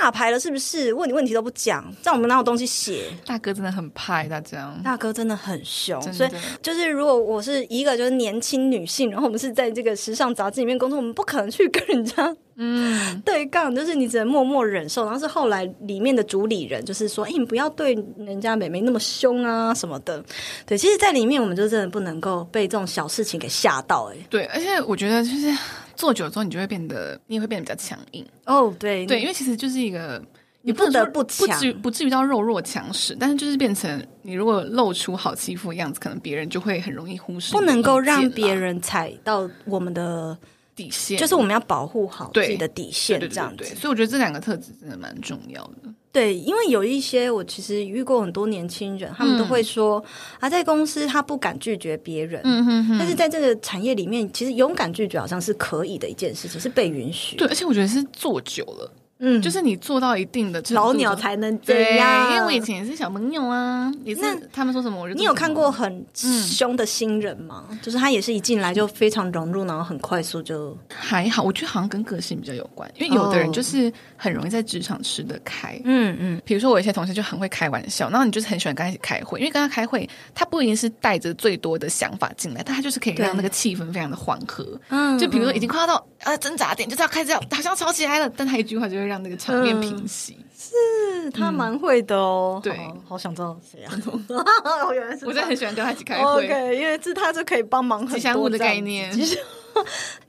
Speaker 1: 大牌了是不是？问你问题都不讲，让我们哪有东西写？
Speaker 2: 大哥真的很派大家，
Speaker 1: 大哥真的很凶，
Speaker 2: 真
Speaker 1: 所以
Speaker 2: 的。
Speaker 1: 就是如果我是一个就是年轻女性，然后我们是在这个时尚杂志里面工作，我们不可能去跟人家嗯 [LAUGHS] 对杠，就是你只能默默忍受。然后是后来里面的主理人就是说，哎、你不要对人家美眉那么凶啊什么的。对，其实，在里面我们就真的不能够被这种小事情给吓到、哎，
Speaker 2: 对，而且我觉得就是做久了之后，你就会变得，你也会变得比较强硬。
Speaker 1: 哦，对
Speaker 2: 对，因为其实就是一个，
Speaker 1: 你
Speaker 2: 你
Speaker 1: 不得
Speaker 2: 能
Speaker 1: 不
Speaker 2: 说不
Speaker 1: 强
Speaker 2: 至于不至于到肉弱强食，但是就是变成你如果露出好欺负的样子，可能别人就会很容易忽视你
Speaker 1: 不
Speaker 2: 的意见啦，
Speaker 1: 能够让别人踩到我们的，
Speaker 2: 底线，
Speaker 1: 就是我们要保护好自
Speaker 2: 对
Speaker 1: 己的底
Speaker 2: 对
Speaker 1: 线，
Speaker 2: 对
Speaker 1: 这样
Speaker 2: 对
Speaker 1: 子
Speaker 2: 对。。所以我觉得这两个特质真的蛮重要的。
Speaker 1: 对，因为有一些我其实遇过很多年轻人，他们
Speaker 2: 嗯
Speaker 1: 都会说、啊，在公司他不敢拒绝别人，
Speaker 2: 嗯哼哼。
Speaker 1: 但是在这个产业里面，其实勇敢拒绝好像是可以的一件事情，是被允许。
Speaker 2: 对，而且我觉得是做久了，
Speaker 1: 嗯，
Speaker 2: 就是你做到一定的程度
Speaker 1: 老鸟
Speaker 2: 之后
Speaker 1: 才能这
Speaker 2: 对，
Speaker 1: 样。
Speaker 2: 因为我以前也是小朋友啊，也是
Speaker 1: 那
Speaker 2: 他们说什么我就做
Speaker 1: 你有
Speaker 2: 什
Speaker 1: 看
Speaker 2: 么
Speaker 1: 过很
Speaker 2: 嗯
Speaker 1: 凶的新人吗？就是他也是一进来就非常融入，然后很快速就
Speaker 2: 还好，我觉得好像跟个性比较有关，因为有
Speaker 1: 哦
Speaker 2: 的人就是很容易在职场吃得开。
Speaker 1: 嗯嗯，
Speaker 2: 比如说，我有一些同事就很会开玩笑，然后你就是很喜欢跟他一起开会，因为跟他开会，他不一定是带着最多的想法进来，但他就是可以
Speaker 1: 对
Speaker 2: 让那个气氛非常的缓和。
Speaker 1: 嗯
Speaker 2: 就比如说，已经快要到呃挣扎点，就是要开始要好像要吵起来了，但他一句话就会让那个场面平息。
Speaker 1: 是他蛮会的哦。
Speaker 2: 嗯对
Speaker 1: 好好想知道谁啊？ [LAUGHS] 我原来是
Speaker 2: 我真的很喜欢跟他一起开会，
Speaker 1: OK，因为这他就可以帮忙很多
Speaker 2: 吉祥物的
Speaker 1: 这样
Speaker 2: 概念
Speaker 1: 子其实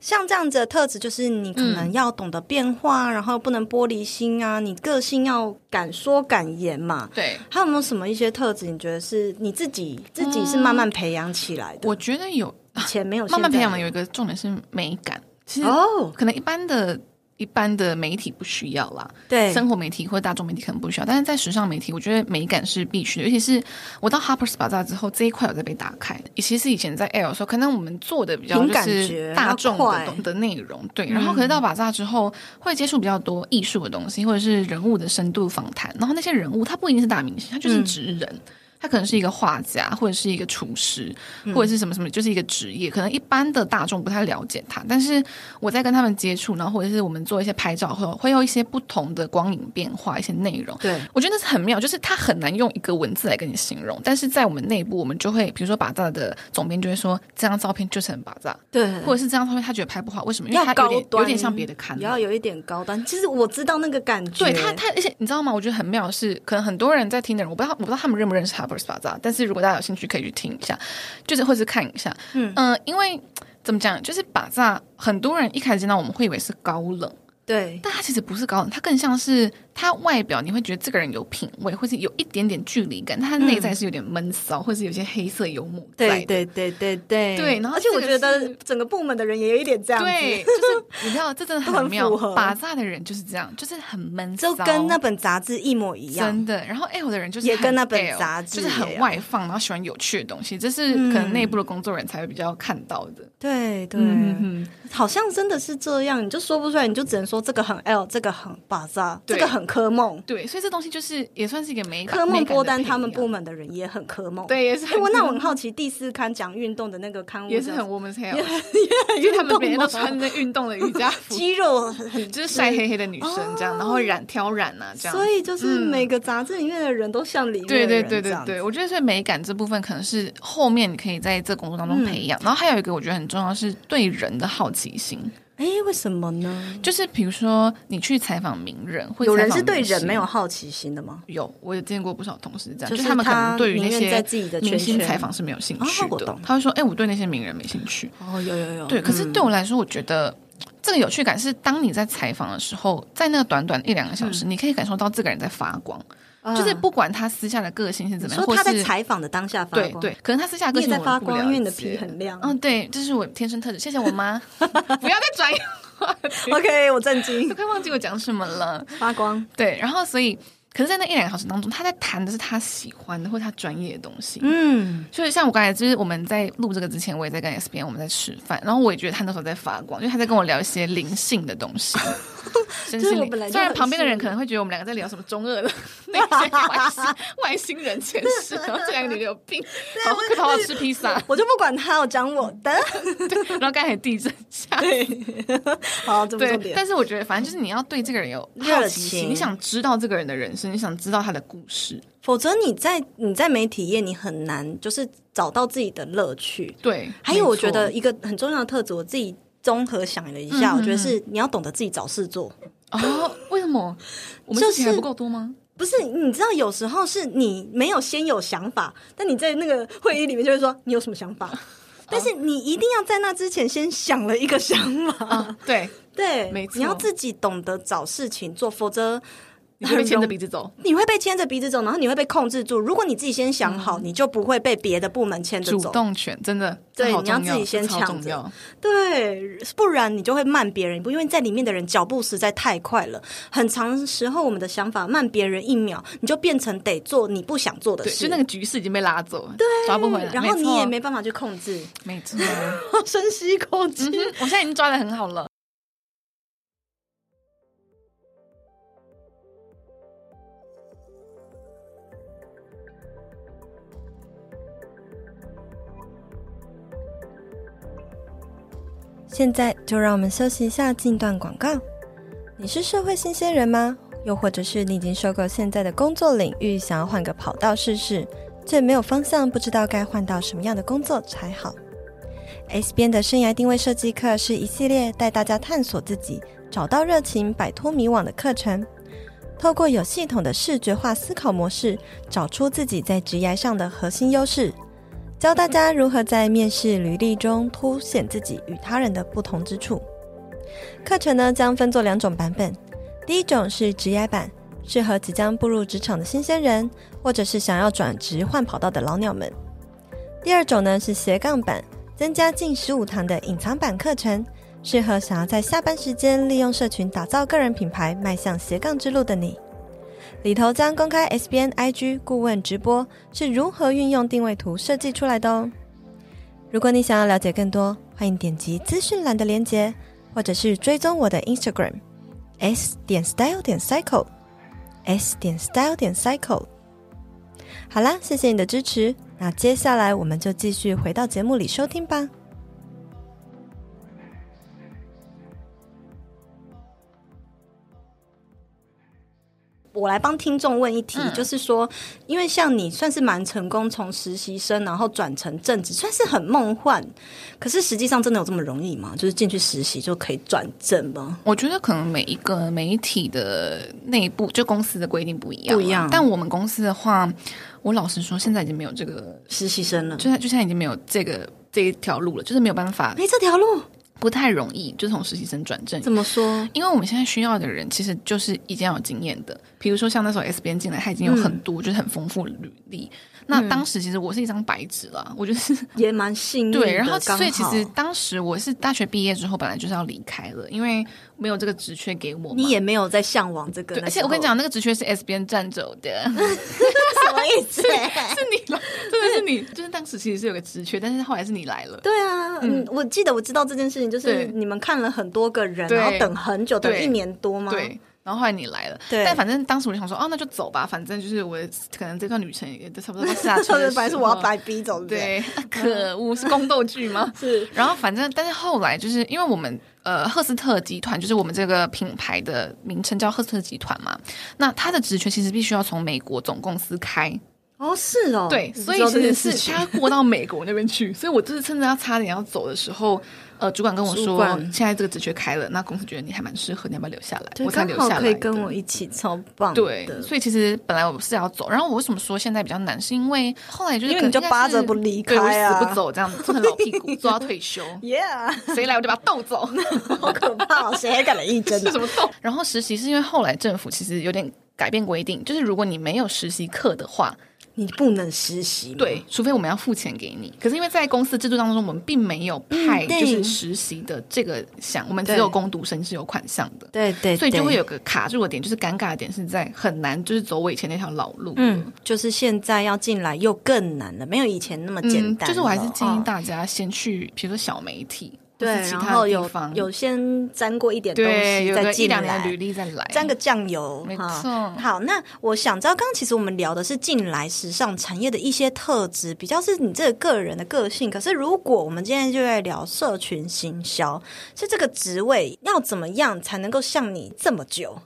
Speaker 1: 像这样子的特质，就是你可
Speaker 2: 嗯
Speaker 1: 能要懂得变化，然后不能玻璃心啊，你个性要敢说敢言嘛。
Speaker 2: [LAUGHS] 对。
Speaker 1: 还有没有什么一些特质？你觉得是你自己自己是慢慢培养起来的？
Speaker 2: 嗯我觉得有
Speaker 1: 以前没有，
Speaker 2: 慢慢培养的
Speaker 1: 现在
Speaker 2: 有一个重点是美感，其实
Speaker 1: 哦，
Speaker 2: 可能一般的。一一般的媒体不需要啦，
Speaker 1: 对
Speaker 2: 生活媒体或大众媒体可能不需要，但是在时尚媒体，我觉得美感是必须的。尤其是我到 Harper's Bazaar 之后，这一块有在被打开。其实以前在 L 的时候，可能我们做的比较
Speaker 1: 凭
Speaker 2: 就
Speaker 1: 感
Speaker 2: 是
Speaker 1: 觉
Speaker 2: 大
Speaker 1: 要
Speaker 2: 众
Speaker 1: 快
Speaker 2: 的的内容，对。然后可是到 Bazaar 之后，会接触比较多艺术的东西，或者是人物的深度访谈。然后那些人物，他不一定是大明星，他就是
Speaker 1: 嗯
Speaker 2: 职人。他可能是一个画家，或者是一个厨师，
Speaker 1: 嗯
Speaker 2: 或者是什么什么，就是一个职业。可能一般的大众不太了解他，但是我在跟他们接触，然后或者是我们做一些拍照后，会有一些不同的光影变化，一些内容。
Speaker 1: 对，
Speaker 2: 我觉得那是很妙，就是它很难用一个文字来跟你形容，但是在我们内部，我们就会比如说把炸的总编就会说这张照片就是很把炸，
Speaker 1: 对，
Speaker 2: 或者是这张照片他觉得拍不好，为什么？因为
Speaker 1: 要
Speaker 2: 它
Speaker 1: 高
Speaker 2: 有点
Speaker 1: 端，
Speaker 2: 有点像别的刊
Speaker 1: 也
Speaker 2: 物
Speaker 1: 要有一点高端。其实我知道那个感觉，
Speaker 2: 对他，他而且你知道吗？我觉得很妙的是，可能很多人在听的人，我不知道，我不知道他们认不认识 Harper's Bazaar，但是如果大家有兴趣，可以去听一下，就是或是看一下。嗯
Speaker 1: 嗯
Speaker 2: 嗯、因为怎么讲，就是 Bazaar，很多人一开始见到我们会以为是高冷，
Speaker 1: 对，
Speaker 2: 但他其实不是高冷，他更像是他外表你会觉得这个人有品味，或是有一点点距离感，但他内在是有点闷骚，或是有些黑色幽默在的。
Speaker 1: 嗯对对对对对
Speaker 2: 对然后
Speaker 1: 而且我
Speaker 2: 这个
Speaker 1: 觉
Speaker 2: 是
Speaker 1: 得整个部门的人也有一点这样子，
Speaker 2: 对，就是你知道，这
Speaker 1: [LAUGHS]
Speaker 2: 真的
Speaker 1: 都
Speaker 2: 很
Speaker 1: 很
Speaker 2: 妙。
Speaker 1: 符合
Speaker 2: 把炸的人就是这样，就是很闷骚，
Speaker 1: 就跟那本杂志一模一样。
Speaker 2: 真的，然后 L 的人就是
Speaker 1: 也
Speaker 2: 很
Speaker 1: 跟那本
Speaker 2: L，
Speaker 1: 杂志
Speaker 2: 就是很
Speaker 1: 一样
Speaker 2: 外放，然后喜欢有趣的东西，这是
Speaker 1: 嗯
Speaker 2: 可能内部的工作人才会比较看到的。
Speaker 1: 对对，
Speaker 2: 嗯，
Speaker 1: 好像真的是这样，你就说不出来，你就只能说这个很 L，这个很巴扎，
Speaker 2: 对
Speaker 1: 这个很科梦。
Speaker 2: 对，所以这东西就是也算是一个美感。
Speaker 1: 科
Speaker 2: 美
Speaker 1: 梦
Speaker 2: 感的
Speaker 1: 波丹他们
Speaker 2: 培养
Speaker 1: 部门的人也很科梦。，
Speaker 2: 对也是
Speaker 1: 哎，
Speaker 2: 很，
Speaker 1: 我那我很好奇，第四刊讲运动的那个刊物
Speaker 2: 也是
Speaker 1: 叫
Speaker 2: 很
Speaker 1: 什么
Speaker 2: woman's
Speaker 1: 也
Speaker 2: hair，
Speaker 1: 很
Speaker 2: [LAUGHS] 因
Speaker 1: 运
Speaker 2: 为他们
Speaker 1: 动
Speaker 2: 每天都
Speaker 1: 吗
Speaker 2: 穿着运动的瑜
Speaker 1: [LAUGHS]
Speaker 2: 伽服，
Speaker 1: 肌肉很
Speaker 2: 就是晒黑黑的女生这样，然后染挑染啊这样。
Speaker 1: 哦所以就是每个杂志里面的人都像里面的
Speaker 2: 对
Speaker 1: 人
Speaker 2: 对对对
Speaker 1: 这样子
Speaker 2: 对，我觉得所以美感这部分可能是后面你可以在这工作当
Speaker 1: 嗯
Speaker 2: 中培养，然后还有一个我觉得很重要是对人的好奇心，
Speaker 1: 哎，为什么呢？
Speaker 2: 就是比如说你去采访名人，或
Speaker 1: 有人
Speaker 2: 采
Speaker 1: 是
Speaker 2: 访
Speaker 1: 对
Speaker 2: 明星
Speaker 1: 人没有好奇心的吗？
Speaker 2: 有，我也见过不少同事这样，
Speaker 1: 就
Speaker 2: 就是
Speaker 1: 是
Speaker 2: 他们可能
Speaker 1: 他
Speaker 2: 对于那
Speaker 1: 宁愿
Speaker 2: 些
Speaker 1: 在自己的
Speaker 2: 明
Speaker 1: 圈
Speaker 2: 星
Speaker 1: 圈
Speaker 2: 采访是没有兴
Speaker 1: 哦
Speaker 2: 趣
Speaker 1: 我
Speaker 2: 的
Speaker 1: 懂。
Speaker 2: 他会说：“哎，我对那些名人没兴趣。
Speaker 1: 哦，有有有”
Speaker 2: 对，可是对我来说，我觉得这个有趣感是，当你在采访的时候，在那个短短一两个小
Speaker 1: 嗯
Speaker 2: 时，你可以感受到这个人在发光，就是不管他私下的个性是怎么样，
Speaker 1: 说他
Speaker 2: 啊嗯或
Speaker 1: 在
Speaker 2: 是
Speaker 1: 采访的当下发
Speaker 2: 对
Speaker 1: 光，
Speaker 2: 对，可能他私下的个
Speaker 1: 你也
Speaker 2: 性
Speaker 1: 在
Speaker 2: 我
Speaker 1: 发
Speaker 2: 不
Speaker 1: 光，
Speaker 2: 了
Speaker 1: 因为你的
Speaker 2: 解
Speaker 1: 皮很亮。
Speaker 2: 嗯，对，这是我天生特质，谢谢我妈， [LAUGHS] 不要再转移话题，
Speaker 1: OK，我震
Speaker 2: 我 [LAUGHS]
Speaker 1: 惊，
Speaker 2: 快忘记我讲什么了。
Speaker 1: 发光。
Speaker 2: 对，然后所以，可是，在那一两个小时当中，他在谈的是他喜欢的或他专业的东西。
Speaker 1: 嗯，
Speaker 2: 所以，像我刚才就是我们在录这个之前，我也在跟 S B N 我们在吃饭，然后我也觉得他那时候在发光，因为他在跟我聊一些灵性的东
Speaker 1: [LAUGHS]
Speaker 2: 西。真
Speaker 1: 就是是我
Speaker 2: 灵
Speaker 1: 本来就
Speaker 2: 虽然
Speaker 1: 很
Speaker 2: 旁边的人
Speaker 1: 信
Speaker 2: 可能会觉得我们两个在聊什么中
Speaker 1: [LAUGHS]
Speaker 2: 二的那些外星外星人前世，然后这两个女的有病，好快跑跑吃披萨，
Speaker 1: 我就不管他，我讲我的。
Speaker 2: 然后刚才地震下，
Speaker 1: 好，这不重
Speaker 2: 对，
Speaker 1: 点。
Speaker 2: 但是我觉得反正就是你要对这个人有好
Speaker 1: 热
Speaker 2: 奇心，
Speaker 1: 情
Speaker 2: 你想知道这个人的人生，你想知道他的故事，
Speaker 1: 否则你在你在媒体业，你很难就是找到自己的乐趣。
Speaker 2: 对，
Speaker 1: 还有，我
Speaker 2: 没错
Speaker 1: 觉得一个很重要的特质，我自己综合想了一下，
Speaker 2: 嗯
Speaker 1: 我觉得是你要懂得自己找事做。
Speaker 2: 哦，为
Speaker 1: [LAUGHS]
Speaker 2: 什么我们
Speaker 1: 就
Speaker 2: 事情还
Speaker 1: 是
Speaker 2: 不够
Speaker 1: [LAUGHS]
Speaker 2: 多吗？
Speaker 1: 不是，你知道有时候是你没有先有想法，但你在那个会议里面就会说你有什么想法，
Speaker 2: [LAUGHS]
Speaker 1: 但
Speaker 2: 嗯
Speaker 1: 是你一定要在那之前先想了一个想法。
Speaker 2: 啊，对，
Speaker 1: [LAUGHS] 对，
Speaker 2: 没错
Speaker 1: 你要自己懂得找事情做，否则
Speaker 2: 你会被牵着鼻
Speaker 1: [LAUGHS]
Speaker 2: 子走，
Speaker 1: 你会被牵着鼻子走，然后你会被控制住。如果你自己先想好，你就不会被别的部门牵着
Speaker 2: 嗯主
Speaker 1: 走。
Speaker 2: 动权真的
Speaker 1: 对
Speaker 2: 这好
Speaker 1: 你要
Speaker 2: 重
Speaker 1: 自己先
Speaker 2: 这超
Speaker 1: 抢
Speaker 2: 重
Speaker 1: 着呃
Speaker 2: 要。
Speaker 1: 对，不然你就会慢别人一步，因为在里面的人脚步实在太快了。很长时候，我们的想法慢别人一秒，你就变成得做你不想做的
Speaker 2: 对，
Speaker 1: 事。
Speaker 2: 就那个局势已经被拉走了，对，抓不回来。
Speaker 1: 然后你
Speaker 2: 错
Speaker 1: 也没办法去控制。
Speaker 2: 没错，
Speaker 1: [LAUGHS] 深吸一口气。
Speaker 2: 嗯我现在已经抓的很好了。
Speaker 1: 现在就让我们休息一下，进段广告。你是社会新鲜人吗？又或者是你已经受够现在的工作领域，想要换个跑道试试，却没有方向，不知道该换到什么样的工作才好？S 边的生涯定位设计课是一系列带大家探索自己、找到热情、摆脱迷惘的课程。透过有系统的视觉化思考模式，找出自己在职涯上的核心优势，教大家如何在面试履历中凸显自己与他人的不同之处。课程呢将分作两种版本，第一种是职业版，适合即将步入职场的新鲜人，或者是想要转职换跑道的老鸟们；第二种呢是斜杠版，增加近十五堂的隐藏版课程，
Speaker 3: 适合想要在下班时间利用社群打造个人品牌、迈向斜杠之路的你。里头将公开 SBN IG 顾问直播是如何运用定位图设计出来的哦。如果你想要了解更多，欢迎点击资讯栏的链接，或者是追踪我的 Instagram s 点 style 点 cycle s 点 style 点 cycle。好啦，谢谢你的支持，那接下来我们就继续回到节目里收听吧。
Speaker 1: 我来帮听众问一题，
Speaker 2: 嗯
Speaker 1: 就是说，因为像你算是蛮成功，从实习生然后转成正职，算是很梦幻。可是实际上真的有这么容易吗？就是进去实习就可以转正吗？
Speaker 2: 我觉得可能每一个媒体的内部就公司的规定不一样，
Speaker 1: 不一样
Speaker 2: 但我们公司的话，我老实说，现在已经没有这个，
Speaker 1: 实习生了，
Speaker 2: 就现就现在已经没有这个这一条路了，就是没有办法，
Speaker 1: 没这条路，
Speaker 2: 不太容易就从实习生转正。
Speaker 1: 怎么说？
Speaker 2: 因为我们现在需要的人其实就是已经要有经验的，比如说像那时候 S 边进来，他已经有
Speaker 1: 嗯
Speaker 2: 很多、就是很丰富的履历。那当时其实我是一张白纸啦，
Speaker 1: [LAUGHS]
Speaker 2: 我就是
Speaker 1: 也蛮幸运的。
Speaker 2: 对，然后
Speaker 1: 刚好
Speaker 2: 所以其实当时我是大学毕业之后，本来就是要离开了，因为没有这个职缺给我嘛。
Speaker 1: 你也没有在向往这个
Speaker 2: 对，
Speaker 1: 那
Speaker 2: 而
Speaker 1: 时候，
Speaker 2: 且我跟你讲，那个职缺是 S 边占走
Speaker 1: [LAUGHS]
Speaker 2: 的，
Speaker 1: 什么意
Speaker 2: [LAUGHS]
Speaker 1: 思？
Speaker 2: 是你了，真的是你，就是当时其实是有个职缺，但是后来是你来了。
Speaker 1: 对啊，嗯，我记得我知道这件事情，就是
Speaker 2: 对
Speaker 1: 你们看了很多个人，
Speaker 2: 对
Speaker 1: 然后等很久，等
Speaker 2: 对
Speaker 1: 一年多吗？ [LAUGHS]
Speaker 2: 对，然后后来你来了，
Speaker 1: 对
Speaker 2: 但反正当时我就想说，哦，那就走吧，反正就是我可能这段旅程也差不多到下车
Speaker 1: 特
Speaker 2: 的
Speaker 1: [LAUGHS] 别
Speaker 2: 时候，
Speaker 1: 白是我
Speaker 2: [LAUGHS]
Speaker 1: 要白逼走，对不对？？
Speaker 2: 嗯对，啊 [LAUGHS] 可恶，是宫斗剧吗 [LAUGHS]
Speaker 1: 是
Speaker 2: 然后反正，但是后来就是因为我们呃赫斯特集团，就是我们这个品牌的名称叫赫斯特集团嘛，那它的职权其实必须要从美国总公司开，
Speaker 1: 哦，是哦，
Speaker 2: 对，
Speaker 1: 我不
Speaker 2: 所
Speaker 1: 知道
Speaker 2: 以
Speaker 1: 这
Speaker 2: 其
Speaker 1: 件事
Speaker 2: 实是
Speaker 1: 情
Speaker 2: 他过到美国那边 [LAUGHS] 去，所以我就是趁着他差点要走的时候，呃，主管跟我
Speaker 1: 主
Speaker 2: 说，
Speaker 1: 管
Speaker 2: 现在这个职缺开了，那公司觉得你还蛮适合，你要不要留下来？
Speaker 1: 对，
Speaker 2: 我才
Speaker 1: 刚
Speaker 2: 留
Speaker 1: 好
Speaker 2: 下来的。
Speaker 1: 可以跟我一起，超棒的，
Speaker 2: 对，所以其实本来我是要走，然后我为什么说现在比较难，是因为后来就是
Speaker 1: 因为你就
Speaker 2: 可能应该是
Speaker 1: 扒着不离开啊
Speaker 2: 对我死不走这样子，做成老屁股，做到
Speaker 1: [LAUGHS]
Speaker 2: 退休，
Speaker 1: ，Yeah，
Speaker 2: 谁来我就把他斗走，
Speaker 1: 好可怕哦，谁还敢来应征
Speaker 2: 是
Speaker 1: 啊？
Speaker 2: 什么斗？然后实习是因为后来政府其实有点改变规定，就是如果你没有实习课的话，
Speaker 1: 你不能实习，
Speaker 2: 对，，除非我们要付钱给你。可是因为在公司制度当中，我们并没有派
Speaker 1: 嗯对
Speaker 2: 就是实习的这个项，我们只
Speaker 1: 对
Speaker 2: 有攻读生是有款项的。
Speaker 1: 对对，
Speaker 2: 所以就
Speaker 1: 对
Speaker 2: 会有个卡住的点，就是尴尬的点是在很难，就是走我以前那条老路。
Speaker 1: 嗯，就是现在要进来又更难了，没有以前那么
Speaker 2: 嗯，
Speaker 1: 简单了、
Speaker 2: 就是我还是建
Speaker 1: 哦
Speaker 2: 议大家先去，比如说小媒体，
Speaker 1: 对，
Speaker 2: 或是其
Speaker 1: 然
Speaker 2: 他
Speaker 1: 后
Speaker 2: 的地
Speaker 1: 有
Speaker 2: 方，
Speaker 1: 有先沾过一点东
Speaker 2: 对，
Speaker 1: 西
Speaker 2: 有
Speaker 1: 再
Speaker 2: 个一
Speaker 1: 进
Speaker 2: 两年的履
Speaker 1: 来。
Speaker 2: 历再来，
Speaker 1: 沾个酱油，
Speaker 2: 哎没
Speaker 1: 哈
Speaker 2: 错
Speaker 1: 好，那我想知道，刚刚其实我们聊的是近来时尚产业的一些特质，比较是你这个个人的个性。可是如果我们今天就在聊社群行销，是这个职位要怎么样才能够像你这么久？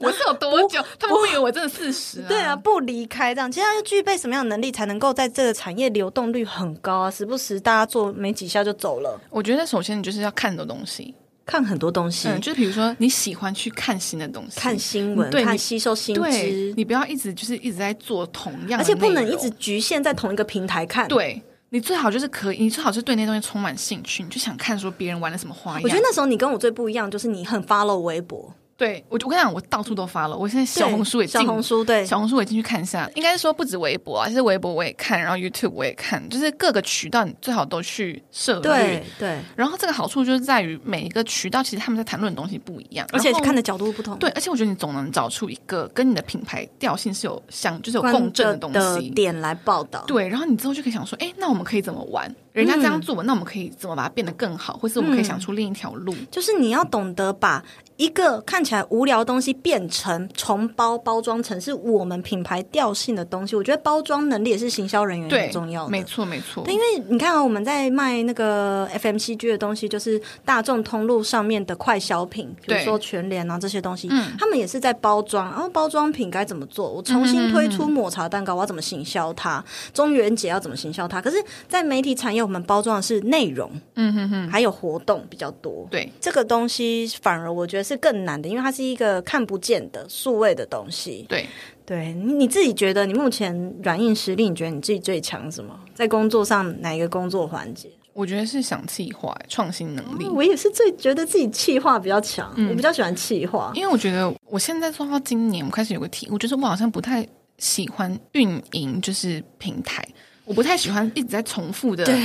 Speaker 2: 我是有多久？他们会以为我真的四十、
Speaker 1: 对啊，， [LAUGHS] 不离开这样，其实他要具备什么样的能力才能够在这个产业流动率很高啊？时不时大家做没几下就走了，
Speaker 2: 我觉得首先你就是要看很多东西，
Speaker 1: 看很多东西，
Speaker 2: 嗯，就是比如说你喜欢去看新的东西，
Speaker 1: 看新闻，
Speaker 2: 对
Speaker 1: 看
Speaker 2: 你
Speaker 1: 吸收新
Speaker 2: 对
Speaker 1: 知，
Speaker 2: 你不要一直就是一直在做同样的内容，
Speaker 1: 而且不能一直局限在同一个平台看。，
Speaker 2: 对。你最好就是可以，你最好是对那东西充满兴趣，你就想看说别人玩了什么花样。
Speaker 1: 我觉得那时候你跟我最不一样，就是你很 follow 微博，
Speaker 2: 对我，我跟你讲，我到处都发了，我现在小
Speaker 1: 对
Speaker 2: 红书也进
Speaker 1: 小红书对
Speaker 2: 小红书我也进去看一下，应该是说不止微博啊，其实微博我也看，然后 YouTube 我也看，就是各个渠道你最好都去涉
Speaker 1: 对
Speaker 2: 猎。
Speaker 1: 对，
Speaker 2: 然后这个好处就是在于每一个渠道其实他们在谈论的东西不一样，
Speaker 1: 而且
Speaker 2: 然后
Speaker 1: 看的角度不同，
Speaker 2: 对，而且我觉得你总能找出一个跟你的品牌调性是有相，就是有
Speaker 1: 关
Speaker 2: 共振
Speaker 1: 的
Speaker 2: 的东
Speaker 1: 的
Speaker 2: 西。
Speaker 1: 点来报道。
Speaker 2: 对，然后你之后就可以想说，哎，那我们可以怎么玩？
Speaker 1: 嗯
Speaker 2: 人家这样做，那我们可以怎么把它变得更好，或是我们可以想出另一条路？
Speaker 1: 就是你要懂得把一个看起来无聊的东西变成重包包装成是我们品牌调性的东西。我觉得包装能力也是行销人员
Speaker 2: 对，
Speaker 1: 很重要的。
Speaker 2: 没错，没错。
Speaker 1: 对，因为你看、啊，我们在卖那个 FMCG 的东西，就是大众通路上面的快消品，比如
Speaker 2: 对
Speaker 1: 说全联啊这些东西，
Speaker 2: 嗯
Speaker 1: 他们也是在包装，然后包装品该怎么做？我重新推
Speaker 2: 嗯
Speaker 1: 出抹茶蛋糕，我要怎么行销它？中元节要怎么行销它？可是，在媒体产业，我们包装的是内容，
Speaker 2: 嗯哼哼，
Speaker 1: 还有活动比较多。
Speaker 2: 对，
Speaker 1: 这个东西反而我觉得是更难的，因为它是一个看不见的数位的东西。
Speaker 2: 对。
Speaker 1: 对，你你自己觉得你目前软硬实力，你觉得你自己最强什么？在工作上哪一个工作环节？
Speaker 2: 我觉得是想气化创新能力，
Speaker 1: 我也是最觉得自己气化比较强，我
Speaker 2: 嗯
Speaker 1: 比较喜欢气化。
Speaker 2: 因为我觉得我现在做到今年，我开始有个体悟，就是我好像不太喜欢运营，就是平台。我不太喜欢一直在重复的
Speaker 1: 对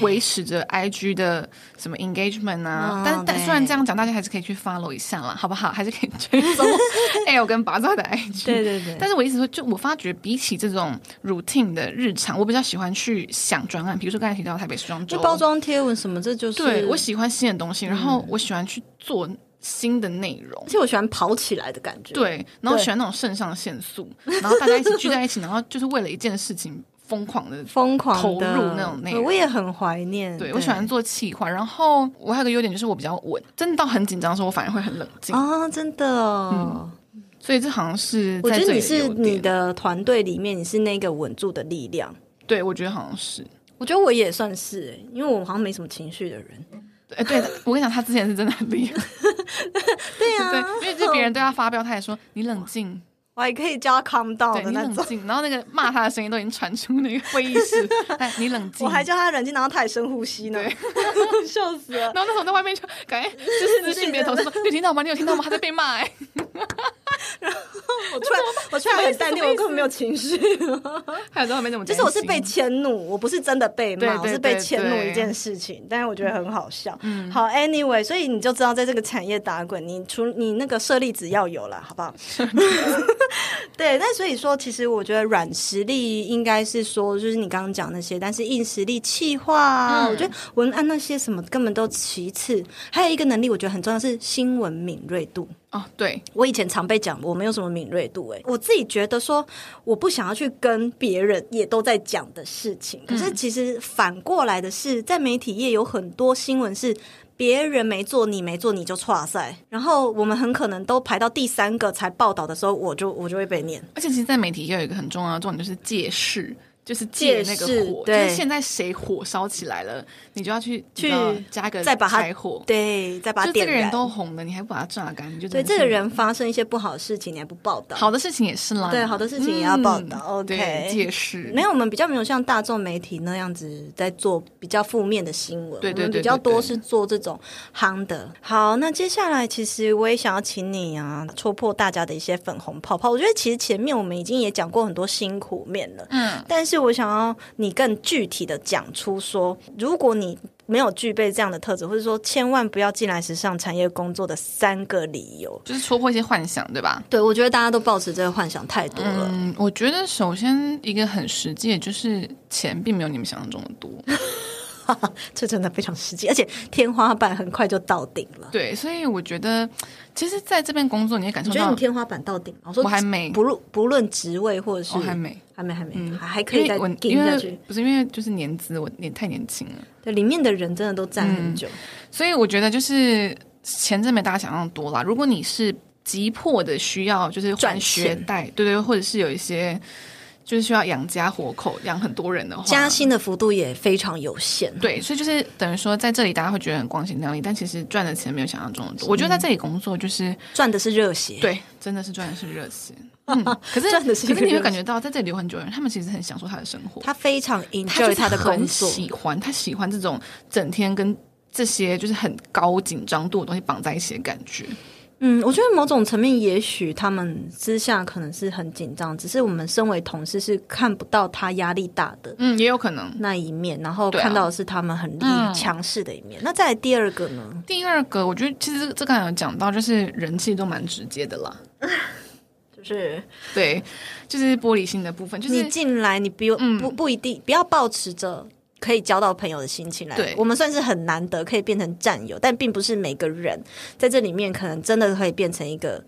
Speaker 2: 维持着 IG 的什么 engagement 啊
Speaker 1: 哦，
Speaker 2: 但但
Speaker 1: 对
Speaker 2: 虽然这样讲，大家还是可以去 follow 一下啦，好不好？ [LAUGHS] 还是可以
Speaker 1: [LAUGHS]
Speaker 2: 追踪 L 跟拔造的 IG。
Speaker 3: 对对对
Speaker 2: 但是我意思说，就我发觉比起这种 routine 的日常，我比较喜欢去想专案，比如说刚才提到台北时装周
Speaker 1: 就，包装贴文什么，这就是
Speaker 2: 对我喜欢新的东西，然后我喜欢去做新的内容
Speaker 1: 而。且我喜欢跑起来的感觉。，
Speaker 2: 对，然后
Speaker 1: 对
Speaker 2: 喜欢那种肾上腺素，然后大家一起聚在一起，然后就是为了一件事情疯狂的
Speaker 3: 疯狂
Speaker 2: 投入
Speaker 3: 的
Speaker 2: 那种
Speaker 3: 对
Speaker 2: 内容
Speaker 3: 我也很怀念。
Speaker 2: 对，我喜欢做企划，然后我还有个优点就是我比较稳，真的到很紧张的时候，我反而会很冷静，
Speaker 3: 啊，真的哦。
Speaker 2: 所以这好像是
Speaker 1: 我
Speaker 2: 嗯在
Speaker 1: 觉
Speaker 2: 这
Speaker 1: 得
Speaker 2: 里
Speaker 1: 你是
Speaker 2: 优点
Speaker 1: 你，的团队里面，你是那个稳住的力量。
Speaker 2: 对我觉得好像是，
Speaker 1: 我觉得我也算是、欸，因为我好像没什么情绪的人。
Speaker 2: 对，哎对我跟你讲，他之前是真的很厉害，
Speaker 1: 对啊， [LAUGHS]
Speaker 2: 对，因为就是别人对他发飙，他也说你冷静，
Speaker 1: 我还可以叫他 calm down
Speaker 2: 对
Speaker 1: 的
Speaker 2: 你
Speaker 1: 那
Speaker 2: 冷
Speaker 1: 种，
Speaker 2: 静，然后那个骂他的声音都已经传出那个会议室，哎，你冷静，
Speaker 1: 我还叫他冷静，然后他也深呼吸呢， [LAUGHS] 笑死
Speaker 2: [LAUGHS]
Speaker 1: 了。
Speaker 2: 然后那时候我在外面就感觉就是私信别的同事
Speaker 1: [LAUGHS]
Speaker 2: 说，你有听到吗？你有听到吗？他在被骂、哎， [LAUGHS]
Speaker 1: 我突然，我突然很淡定，我根本没有情绪。
Speaker 2: 还有之后没怎么担
Speaker 1: 就
Speaker 2: 心，
Speaker 1: 是我是被迁怒，我不是真的被
Speaker 2: 对
Speaker 1: 骂，
Speaker 2: 对
Speaker 1: 我是被
Speaker 2: 对
Speaker 1: 迁怒
Speaker 2: 对
Speaker 1: 一件事情，但是我觉得很好笑。好，anyway，所以你就知道在这个产业打滚，你除你那个舍利子要有了，好不好？ [LAUGHS] 对，那所以说，其实我觉得软实力应该是说，就是你刚刚讲那些，但是硬实力、气化啊，我觉得文案那些什么根本都其次。还有一个能力，我觉得很重要是新闻敏锐度。
Speaker 2: 哦，对，
Speaker 1: 我以前常被讲我没有什么敏锐度、欸，我自己觉得说我不想要去跟别人也都在讲的事情，可
Speaker 2: 嗯
Speaker 1: 是其实反过来的是，在媒体业有很多新闻是。别人没做，你没做，你就岔赛。然后我们很可能都排到第三个才报道的时候，我就我就会被念。
Speaker 2: 而且其实，在媒体也有一个很重要的重点，就是借势，就是借那个
Speaker 1: 借势
Speaker 2: 火，就
Speaker 1: 对
Speaker 2: 是现在谁火烧起来了，你就要去
Speaker 1: 去
Speaker 2: 你知道加个
Speaker 1: 再把它
Speaker 2: 柴火，
Speaker 1: 对，再把它
Speaker 2: 就这
Speaker 1: 点
Speaker 2: 个
Speaker 1: 燃。
Speaker 2: 人都红了，你还不把它榨干，你就
Speaker 1: 对
Speaker 2: 真的
Speaker 1: 这
Speaker 2: 是
Speaker 1: 个人发生一些不好的事情，你还不报道？
Speaker 2: 好的事情也是啦，嗯
Speaker 1: 对好的事情也要报道 OK
Speaker 2: 对借势
Speaker 1: 没有，我们比较没有像大众媒体那样子在做比较负面的新闻，
Speaker 2: 对对对
Speaker 1: 我们
Speaker 2: 对
Speaker 1: 比较多
Speaker 2: 对
Speaker 1: 是做这种夯的。好，那接下来其实我也想要请你啊，戳破大家的一些粉红泡泡。我觉得其实前面我们已经也讲过很多辛苦面了，
Speaker 2: 嗯，
Speaker 1: 但是我想要你更具体的讲出说，如果你没有具备这样的特质，或者说千万不要进来时尚产业工作的三个理由。
Speaker 2: 就是戳破一些幻想，对吧？
Speaker 1: 对，我觉得大家都抱持这个幻想太多了。
Speaker 2: 嗯，我觉得首先一个很实际，的就是钱并没有你们想象中的
Speaker 1: [LAUGHS]
Speaker 2: 多。
Speaker 1: 这真的非常实际，而且天花板很快就到顶了。
Speaker 2: 对，所以我觉得，其实在这边工作，你也感
Speaker 1: 你
Speaker 2: 受
Speaker 1: 觉得
Speaker 2: 到
Speaker 1: 你，天花板到顶吗？我说
Speaker 2: 我还没，
Speaker 1: 不论不论职位或者是、
Speaker 2: 我还没，
Speaker 1: 还没还没、还还可
Speaker 2: 因
Speaker 1: 以
Speaker 2: 为
Speaker 1: 再
Speaker 2: 我
Speaker 1: 顶
Speaker 2: 因
Speaker 1: 下
Speaker 2: 为
Speaker 1: 去。
Speaker 2: 不是因为就是年资，我年太年轻了。
Speaker 1: 对，里面的人真的都站很久。
Speaker 2: 所以我觉得就是钱真没大家想象的多啦。如果你是急迫的需要，就是还
Speaker 1: 赚
Speaker 2: 学
Speaker 1: 钱
Speaker 2: 贷，对对，或者是有一些就是需要养家活口、养很多人的话，
Speaker 1: 加薪的幅度也非常有限，
Speaker 2: 对，所以就是等于说，在这里大家会觉得很光鲜亮丽，但其实赚的钱没有想象中的
Speaker 1: 嗯
Speaker 2: 多。我觉得在这里工作就是
Speaker 1: 赚的是热血。，
Speaker 2: 对，真的是赚的是热
Speaker 1: [LAUGHS]
Speaker 2: 钱。嗯，可是
Speaker 1: 赚的是一
Speaker 2: 可
Speaker 1: 个
Speaker 2: 是你
Speaker 1: 热血
Speaker 2: 会感觉到，在这里留很久的人，他们其实很享受他的生活，
Speaker 1: 他非常
Speaker 2: 他就
Speaker 1: enjoy
Speaker 2: 是
Speaker 1: 他的工
Speaker 2: 很
Speaker 1: 作。
Speaker 2: 喜欢，他喜欢这种整天跟这些就是很高紧张度的东西绑在一起的感觉。
Speaker 1: 嗯，我觉得某种层面，也许他们私下可能是很紧张，只是我们身为同事是看不到他压力大的
Speaker 2: 嗯，也有可能。
Speaker 1: 那一面，然后
Speaker 2: 对啊
Speaker 1: 看到的是他们很厉
Speaker 2: 嗯
Speaker 1: 强势的一面。那再来第二个呢？
Speaker 2: 第二个，我觉得其实这刚才有讲到，就是人气都蛮直接的啦。
Speaker 1: 就是
Speaker 2: 对，就是玻璃心的部分，就
Speaker 1: 你
Speaker 2: 是嗯
Speaker 1: 进来，你不用、不不一定不要抱持着可以交到朋友的心情来。
Speaker 2: 对
Speaker 1: 我们算是很难得可以变成战友，但并不是每个人在这里面可能真的可以变成一个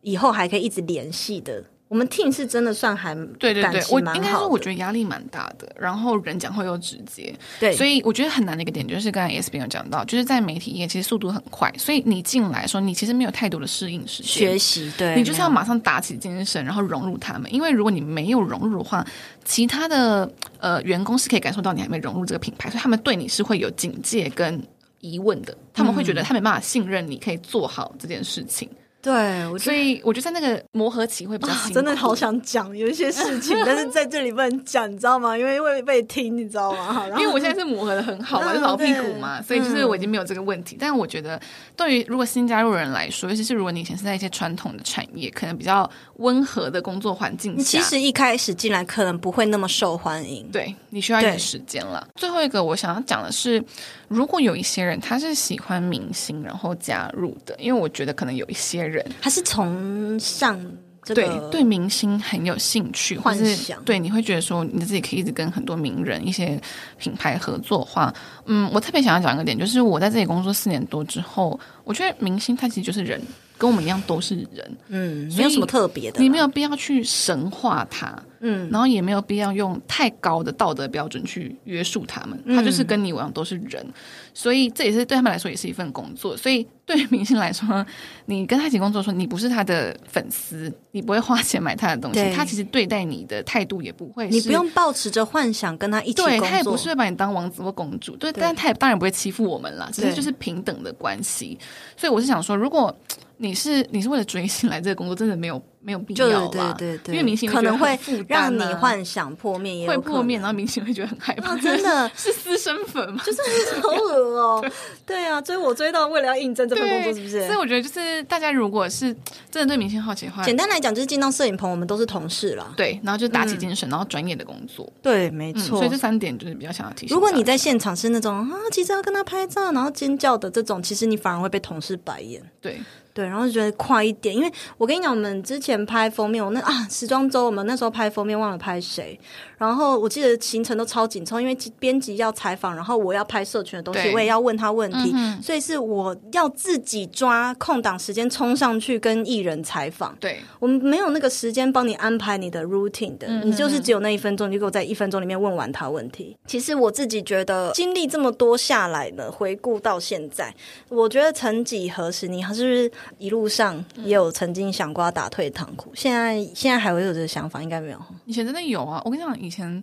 Speaker 1: 以后还可以一直联系的。我们 team 是真的算还
Speaker 2: 对对
Speaker 1: 感
Speaker 2: 对，我
Speaker 1: 情蛮
Speaker 2: 应该
Speaker 1: 好
Speaker 2: 说
Speaker 1: 的，
Speaker 2: 我觉得压力蛮大的，然后人讲话又直接，
Speaker 1: 对，
Speaker 2: 所
Speaker 1: 以
Speaker 2: 以我觉得很难的一个点就是刚才 S B 有讲到，就是在媒体业其实速度很快，所以你进来说你其实没有太多的适应时间
Speaker 1: 学。习对，
Speaker 2: 你就是要马上打起精神，然后融入他们。因为如果你没有融入的话，其他的呃员工是可以感受到你还没融入这个品牌，所以他们对你是会有
Speaker 1: 嗯
Speaker 2: 警戒跟疑问的。他们会觉得他没办法信任你可以做好这件事情。
Speaker 1: 对，我觉
Speaker 2: 所
Speaker 1: 得。
Speaker 2: 以我觉得在那个磨合期会比较辛
Speaker 1: 啊
Speaker 2: 苦，
Speaker 1: 真的好想讲有一些事
Speaker 2: [LAUGHS]
Speaker 1: 情，但是在这里不能讲，你知道吗？因为会被听，你知道吗？好然后
Speaker 2: 因为我现在是磨合的很好嘛，
Speaker 1: 嗯
Speaker 2: 就老屁股嘛，所以就是我已经没有这个问题。但我觉得，对于如果新加入人来说，尤其是如果你以前是在一些传统的产业，可能比较温和的工作环境
Speaker 1: 你
Speaker 2: 下，
Speaker 1: 其实一开始进来可能不会那么受欢迎。
Speaker 2: 对你需要一点
Speaker 1: 对
Speaker 2: 时间了。最后一个我想要讲的是，如果有一些人他是喜欢明星然后加入的，因为我觉得可能有一些人
Speaker 1: 他是从上这个
Speaker 2: 对对明星很有兴趣，或
Speaker 1: 幻
Speaker 2: 是
Speaker 1: 想
Speaker 2: 对你会觉得说你自己可以一直跟很多名人、一些品牌合作的话，嗯，我特别想要讲一个点，就是我在这里工作四年多之后，我觉得明星他其实就是人，跟我们一样都是人，
Speaker 1: 嗯，
Speaker 2: 所
Speaker 1: 没
Speaker 2: 以
Speaker 1: 有什么特别的啦，
Speaker 2: 你没有必要去神化他，
Speaker 1: 嗯，
Speaker 2: 然后也没有必要用太高的道德标准去约束他们，
Speaker 1: 嗯
Speaker 2: 他就是跟你我一样都是人，所以这也是对他们来说也是一份工作。所以对于明星来说，你跟他一起工作的时候，你不是他的粉丝，你不会花钱买他的东西
Speaker 1: 对，
Speaker 2: 他其实对待你的态度也不会是，
Speaker 1: 你不用抱持着幻想跟他一起
Speaker 2: 对
Speaker 1: 工
Speaker 2: 他也不
Speaker 1: 作，
Speaker 2: 是会把你当王子或公主，对，但他也当然不会欺负我们啦，只
Speaker 1: 对
Speaker 2: 是就是平等的关系。所以我是想说，如果你是你是为了追星来这个工作，真的没有没有必
Speaker 1: 就
Speaker 2: 要
Speaker 1: 对
Speaker 2: 啦，
Speaker 1: 对对，
Speaker 2: 因为明星
Speaker 1: 可能会
Speaker 2: 觉得很负担啊
Speaker 1: 让你幻想破灭，也有
Speaker 2: 会
Speaker 1: 可
Speaker 2: 破灭，
Speaker 1: 能
Speaker 2: 然后明星会觉得很害怕，
Speaker 1: 啊，真的
Speaker 2: [LAUGHS] 是私生粉吗？
Speaker 1: 就是 [LAUGHS] 好恶哦，对啊，追我追到为了要应征这份工作，是不
Speaker 2: 所以
Speaker 1: 是？
Speaker 2: 我觉得就是大家如果是真的对明星好奇的话，
Speaker 1: 简单来讲，就是进到摄影棚，我们都是同事啦。
Speaker 2: 对，然后就打起精神，然后专业的工作，
Speaker 1: 对，没
Speaker 2: 嗯，所以这三点就是比较想要提醒大家。
Speaker 1: 如果你在现场是那种啊，急着要跟他拍照，然后尖叫的这种，其实你反而会被同事白眼。
Speaker 2: 对
Speaker 1: 对，然后就觉得快一点，因为我跟你讲，我们之前拍封面，我那啊时装周，我们那时候拍封面忘了拍谁，然后我记得行程都超紧凑，因为编辑要采访，然后我要拍社群的东西，
Speaker 2: 对
Speaker 1: 我也要问他问题，所以是我要自己抓空档时间冲上去跟艺人采访。
Speaker 2: 对
Speaker 1: 我们没有那个时间帮你安排你的 routine 的，
Speaker 2: 嗯
Speaker 1: 你就是只有那一分钟，你就给我在一分钟里面问完他问题。其实我自己觉得，经历这么多下来呢，回顾到现在，我觉得曾几何时，你还是不是一路上也有曾经想过要打退堂鼓？现在现在还会有这个想法？应该没有，
Speaker 2: 以前真的有啊，我跟你讲，以前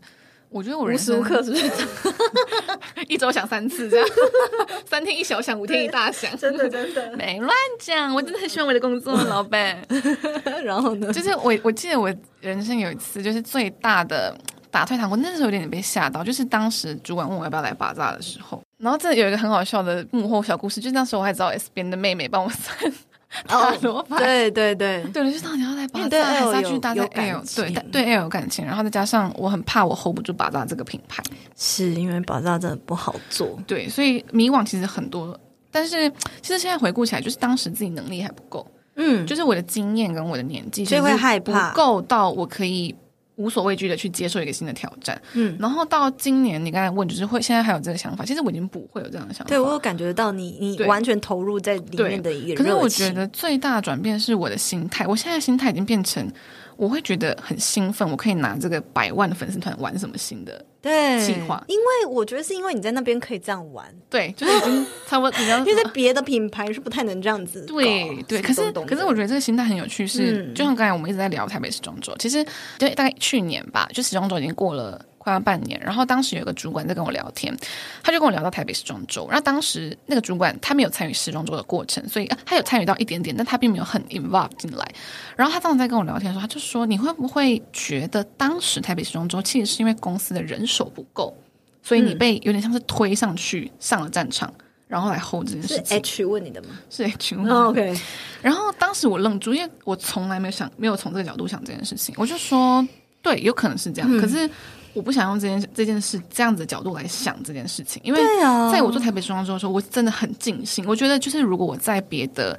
Speaker 2: 我觉得我
Speaker 1: 无
Speaker 2: 人
Speaker 1: 时
Speaker 2: 生
Speaker 1: 无刻是不是？
Speaker 2: [LAUGHS] 一周想三次这样，三天一小想，五天一大想，
Speaker 1: 真的真的。
Speaker 2: 没乱讲，我真的很喜欢我的工作，老板。
Speaker 1: [LAUGHS] 然后呢？
Speaker 2: 就是我我记得我人生有一次就是最大的打退堂鼓，那时候有点被吓到，就是当时主管问我要不要来巴扎的时候，然后这有一个很好笑的幕后小故事，就是那时候我还找 S 边的妹妹帮我 [LAUGHS] 算塔罗牌。
Speaker 1: 哦对对对，
Speaker 2: [LAUGHS] 对了，就是到底要来巴
Speaker 1: 因为对
Speaker 2: 扎还是
Speaker 1: L
Speaker 2: 要
Speaker 1: 有
Speaker 2: 去搭在
Speaker 1: 有感
Speaker 2: L？
Speaker 1: 情
Speaker 2: 对，但对 L 有感情，然后再加上我很怕我 hold 不住巴扎这个品牌，
Speaker 1: [LAUGHS] 是因为宝藏真的不好做。
Speaker 2: 对，所以迷惘其实很多，但是其实现在回顾起来，就是当时自己能力还不够，
Speaker 1: 嗯，
Speaker 2: 就是我的经验跟我的年纪，
Speaker 1: 所以会害怕
Speaker 2: 不够到我可以无所畏惧的去接受一个新的挑战。
Speaker 1: 嗯，
Speaker 2: 然后到今年，你刚才问，就是会现在还有这个想法，其实我已经不会有这样的想法。
Speaker 1: 对我有感觉到你，你
Speaker 2: 对
Speaker 1: 完全投入在里
Speaker 2: 对
Speaker 1: 面的一个热情。
Speaker 2: 可是我觉得最大的转变是我的心态，我现在心态已经变成，我会觉得很兴奋，我可以拿这个百万粉丝团玩什么新的，
Speaker 1: 对
Speaker 2: 计划
Speaker 1: 因为我觉得是因为你在那边可以这样玩， [LAUGHS]
Speaker 2: 对，就是已经差不多，你知道
Speaker 1: 因为在别的品牌是不太能这样子搞。啊
Speaker 2: 对对，可是可是我觉
Speaker 1: 得
Speaker 2: 得这个心态很有趣是，
Speaker 1: 嗯
Speaker 2: 就像刚才我们一直在聊台北时装周，其实对大概去年吧，就时装周已经过了快要半年，然后当时有一个主管在跟我聊天，他就跟我聊到台北时装周，然后当时那个主管他没有参与时装周的过程，所以、啊、他有参与到一点点，但他并没有很 involve 进来。然后他当时在跟我聊天的时候，他就说你会不会觉得当时台北时装周其实是因为公司的人手不够，所以
Speaker 1: 嗯
Speaker 2: 你被有点像是推上去上了战场，然后来 hold 这件
Speaker 1: 是哎哦
Speaker 2: 事情，
Speaker 1: H 问你的吗、
Speaker 2: 是 H 吗
Speaker 1: o k
Speaker 2: 然后当时我愣住，因为我从来没有想，没有从这个角度想这件事情。我就说，对，有可能是这
Speaker 1: 嗯
Speaker 2: 样，可是我不想用这件这件事这样子的角度来想这件事情，因为
Speaker 1: 对啊
Speaker 2: 在我做台北时装周的时候，我真的很尽兴。我觉得就是如果我在别的。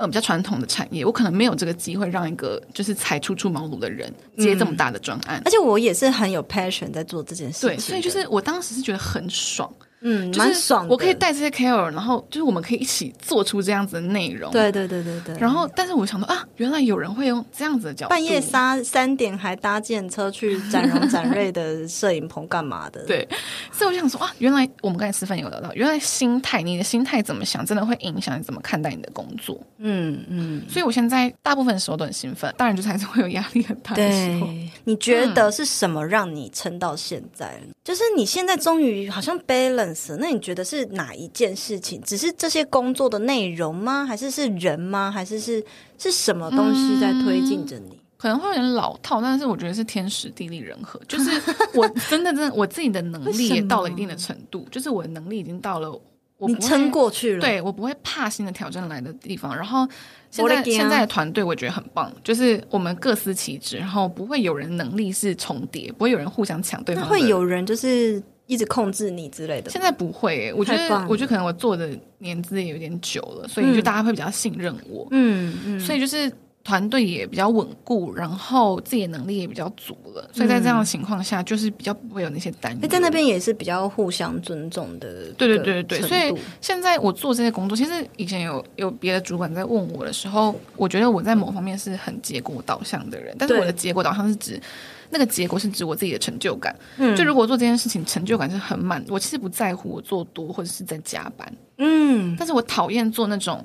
Speaker 2: 呃，比较传统的产业，我可能没有这个机会让一个就是才初出茅庐的人接这么大的专案，
Speaker 1: 嗯而且我也是很有 passion 在做这件事情的，
Speaker 2: 对，所以就是我当时是觉得很爽，
Speaker 1: 嗯，
Speaker 2: 就
Speaker 1: 蛮
Speaker 2: 是
Speaker 1: 爽的。
Speaker 2: 我可以，带这些 KOL，然后就是我们可以一起做出这样子的内容，
Speaker 1: 对对对对对。
Speaker 2: 然后，但是我想到啊，原来有人会用这样子的角度，
Speaker 1: 半夜三三点还搭建车去展荣展瑞的摄影棚干嘛的？
Speaker 2: 对，所以我就想说啊，原来我们刚才吃饭有聊到，原来心态，你的心态怎么想，真的会影响你怎么看待你的工作。
Speaker 1: 嗯嗯，
Speaker 2: 所以我现在大部分时候都很兴奋，当然就是还是会有压力很啊
Speaker 1: [LAUGHS]
Speaker 2: 大的时候。
Speaker 1: 对，
Speaker 2: 嗯
Speaker 1: 你觉得是什么让你撑到现在？就是你现在终于好像 balance freelance，那你觉得是哪一件事情？只是这些工作的内容吗？还是是人吗？还是是是什么东西在推进着你？
Speaker 2: 可能会有点老套，但是我觉得是天时地利人和。就是我真的真的我自己的能力也到了一定的程度，就是我的能力已经到了，我
Speaker 1: 你
Speaker 2: 不会
Speaker 1: 撑过去了，，
Speaker 2: 对我不会怕新的挑战来的地方。然后现
Speaker 1: 我的
Speaker 2: 在
Speaker 1: 天啊
Speaker 2: 现在的团队我觉得很棒，就是我们各司其职，然后不会有人能力是重叠，不会有人互相抢对
Speaker 1: 那
Speaker 2: 方。
Speaker 1: 会有。人就是一直控制你之类的吗。
Speaker 2: 现在不会、欸我觉
Speaker 1: 太棒
Speaker 2: 得
Speaker 1: 了
Speaker 2: 我觉得可能我做的年资也有点久了，所以就
Speaker 1: 嗯
Speaker 2: 大家会比较信任我，
Speaker 1: 嗯嗯，
Speaker 2: 所以就是团队也比较稳固，然后自己的能力也比较足了，所以在这样的情况下，就是比较不会有那些担忧。
Speaker 1: 嗯哎，在那边也是比较互相尊重的，
Speaker 2: 对对对对对
Speaker 1: 程
Speaker 2: 所以
Speaker 1: 度
Speaker 2: 现在我做这些工作，其实以前有有别的主管在问我的时候，我觉得我在某方面是很结果导向的人，但是
Speaker 1: 对
Speaker 2: 我的结果导向是指那个结果是指我自己的成就感。
Speaker 1: 嗯
Speaker 2: 就如果做这件事情成就感是很满，我其实不在乎我做多或者是在加班，
Speaker 1: 嗯，
Speaker 2: 但是我讨厌做那种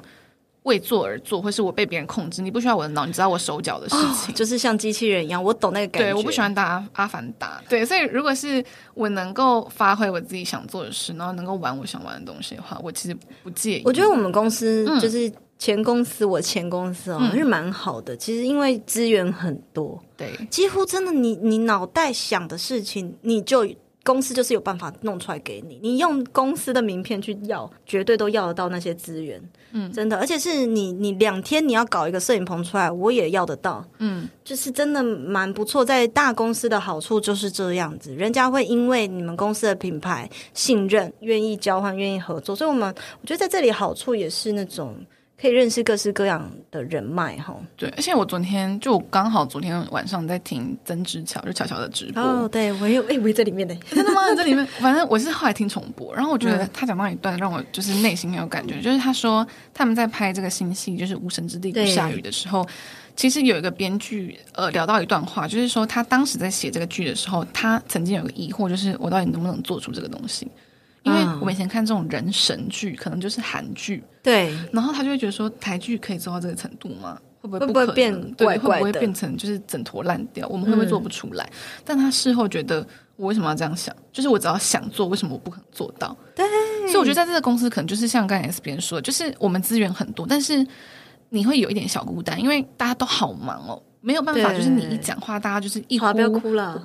Speaker 2: 为做而做，或是我被别人控制。你不需要我的脑，你知道我手脚的
Speaker 1: 哦
Speaker 2: 事情。
Speaker 1: 就是像机器人一样，我懂那个感觉。
Speaker 2: 对，我不喜欢打阿阿凡达。对，所以如果是我能够发挥我自己想做的事，然后能够玩我想玩的东西的话，我其实不介意。
Speaker 1: 我觉得我们公司
Speaker 2: 嗯
Speaker 1: 就是前公司，我前公司哦、
Speaker 2: 嗯
Speaker 1: 还是蛮好的。其实因为资源很多，
Speaker 2: 对，
Speaker 1: 几乎真的你你脑袋想的事情，你就公司就是有办法弄出来给你。你用公司的名片去要，绝对都要得到那些资源。
Speaker 2: 嗯
Speaker 1: 真的，而且是你你两天你要搞一个摄影棚出来，我也要得到。
Speaker 2: 嗯，
Speaker 1: 就是真的蛮不错，在大公司的好处就是这样子，人家会因为你们公司的品牌信任，愿意交换，愿意合作。所以，我们我觉得在这里好处也是那种可以认识各式各样的人脉哈。
Speaker 2: 对。而且我昨天就刚好昨天晚上在听曾之乔，就巧巧的直播。
Speaker 1: 哦，对我也有，哎、我也在里面呢。
Speaker 2: [LAUGHS] 真的吗？这里面，反正我是后来听重播，然后我觉得
Speaker 1: 嗯
Speaker 2: 他讲到一段让我就是内心很有感觉，就是他说他们在拍这个新戏，就是《无神之地不
Speaker 1: 对
Speaker 2: 下雨》的时候，其实有一个编剧呃聊到一段话，就是说他当时在写这个剧的时候，他曾经有个疑惑，就是我到底能不能做出这个东西？因为
Speaker 1: 嗯
Speaker 2: 我们以前看这种人神剧，可能就是韩剧，
Speaker 1: 对，
Speaker 2: 然后他就会觉得说，台剧可以做到这个程度吗？会不会
Speaker 1: 会不
Speaker 2: 可
Speaker 1: 会
Speaker 2: 能
Speaker 1: 变
Speaker 2: 对
Speaker 1: 怪怪
Speaker 2: 会不会
Speaker 1: 的嗯
Speaker 2: 变成就是整坨烂掉？我们会不会做不出来？但他事后觉得，我为什么要这样想？就是我只要想做，为什么我不可能做到？
Speaker 1: 对，
Speaker 2: 所以我觉得在这个公司，可能就是像刚才 S 别人说的，就是我们资源很多，但是你会有一点小孤单，因为大家都好忙哦，没有办法，
Speaker 1: 对
Speaker 2: 就是你一讲话，大家就是一
Speaker 1: 好，
Speaker 2: 呼
Speaker 1: 不要哭了。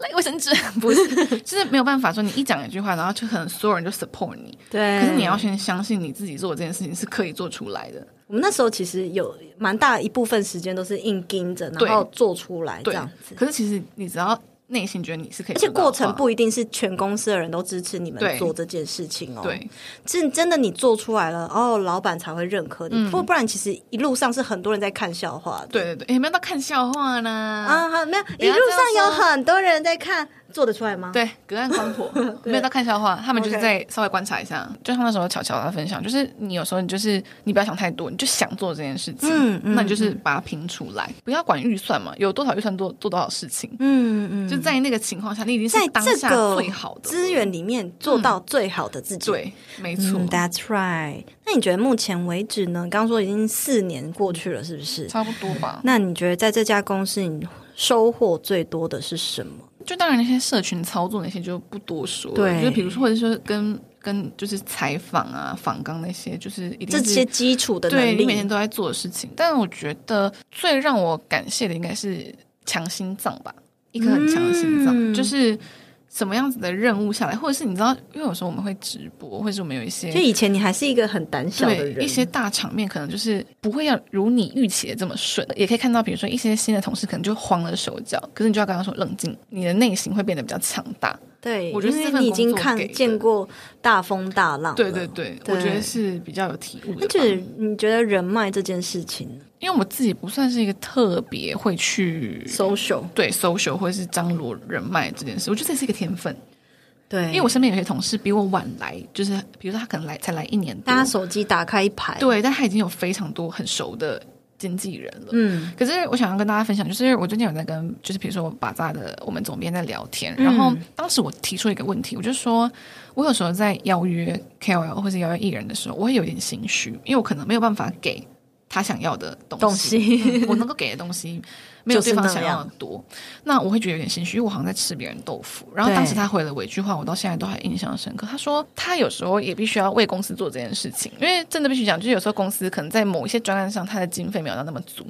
Speaker 2: 来卫生纸，不是，就是没有办法说你一讲一句话，然后就可能所有人就 support 你。
Speaker 1: 对，
Speaker 2: 可是你要先相信你自己做的这件事情是可以做出来的。
Speaker 1: 我们那时候其实有蛮大一部分时间都是硬盯着，然
Speaker 2: 对
Speaker 1: 后做出来这
Speaker 2: 对
Speaker 1: 样子。
Speaker 2: 可是其实你只要内心觉得你是可以
Speaker 1: 而且
Speaker 2: 做到的话，
Speaker 1: 过程不一定是全公司的人都支持你们
Speaker 2: 对
Speaker 1: 做这件事情哦。
Speaker 2: 对，
Speaker 1: 是真的你做出来了，哦，老板才会认可你，不、不然其实一路上是很多人在看笑话的。
Speaker 2: 嗯对对对，也没有到看笑话呢。
Speaker 1: 啊，好，没有，一
Speaker 2: 要
Speaker 1: 路上
Speaker 2: 这
Speaker 1: 有
Speaker 2: 样说
Speaker 1: 很多人在看，做得出来吗？，
Speaker 2: 对，隔岸
Speaker 1: [LAUGHS]
Speaker 2: 观火，没有到看笑话，他们就是
Speaker 1: OK
Speaker 2: 在稍微观察一下。就像那时候巧巧她分享，就是你有时候你就是你不要想太多，你就想做这件事情，
Speaker 1: 嗯嗯
Speaker 2: 那你就是把它拼出来，不要管预算嘛，有多少预算做做多少事情，
Speaker 1: 嗯嗯，
Speaker 2: 就在那个情况下，你已经是
Speaker 1: 在
Speaker 2: 当
Speaker 1: 这
Speaker 2: 下
Speaker 1: 个
Speaker 2: 最好的
Speaker 1: 资源里面做到最好的自己。
Speaker 2: 对，没错，
Speaker 1: 嗯，That's right。那你觉得目前为止呢？刚刚说已经四年过去了，是不是？
Speaker 2: 差不多吧。
Speaker 1: 那你觉得在这家公司你收获最多的是什么？
Speaker 2: 就当然那些社群操作那些就不多说了，
Speaker 1: 对
Speaker 2: 就是比如说或者说跟跟就是采访啊、访纲那些，就是一定
Speaker 1: 这
Speaker 2: 是
Speaker 1: 些基础的能
Speaker 2: 对
Speaker 1: 力，
Speaker 2: 你每天都在做的事情。但我觉得最让我感谢的应该是强心脏吧，一颗很强的心脏，
Speaker 1: 嗯
Speaker 2: 就是什么样子的任务下来，或者是你知道，因为有时候我们会直播，或者是我们有一些
Speaker 1: 就以前你还是一个很胆小的
Speaker 2: 对
Speaker 1: 人，
Speaker 2: 一些大场面可能就是不会要如你预期的这么顺，也可以看到，比如说一些新的同事可能就慌了手脚，可是你就要跟他说冷静，你的内心会变得比较强大。
Speaker 1: 对，
Speaker 2: 我觉得
Speaker 1: 因
Speaker 2: 是
Speaker 1: 为
Speaker 2: 这份
Speaker 1: 你已
Speaker 2: 工
Speaker 1: 经
Speaker 2: 作
Speaker 1: 看
Speaker 2: 给的
Speaker 1: 见过大风大浪了，
Speaker 2: 对对对，
Speaker 1: 对
Speaker 2: 我觉得是比较有体悟的
Speaker 1: 那
Speaker 2: 吧。
Speaker 1: 就是你觉得人脉这件事情
Speaker 2: 因为我自己不算是一个特别会去
Speaker 1: ，social，
Speaker 2: 对 social 或是张罗人脉这件事，我觉得这是一个天分。
Speaker 1: 对，
Speaker 2: 因为我身边有些同事比我晚来，就是比如说他可能来才来一年多
Speaker 1: 大，家手机打开一排，，
Speaker 2: 对，但他已经有非常多很熟的经纪人了。
Speaker 1: 嗯，
Speaker 2: 可是我想要跟大家分享，就是我最近有在跟，就是比如说我把扎的我们总编在聊天，
Speaker 3: 嗯
Speaker 2: 然后当时我提出一个问题，我就说，我有时候在邀约 KOL 或者邀约艺人的时候，我会有点心虚，因为我可能没有办法给他想要的东
Speaker 3: 东西
Speaker 2: 嗯我能够给的东西没有对方想要的多，那我会觉得有点心虚，因为我好像在吃别人豆腐。然后
Speaker 3: 对
Speaker 2: 当时他回了我一句话，我到现在都还印象深刻。他说他有时候也必须要为公司做这件事情，因为真的必须讲，就是有时候公司可能在某一些专案上，他的经费没有到那么足，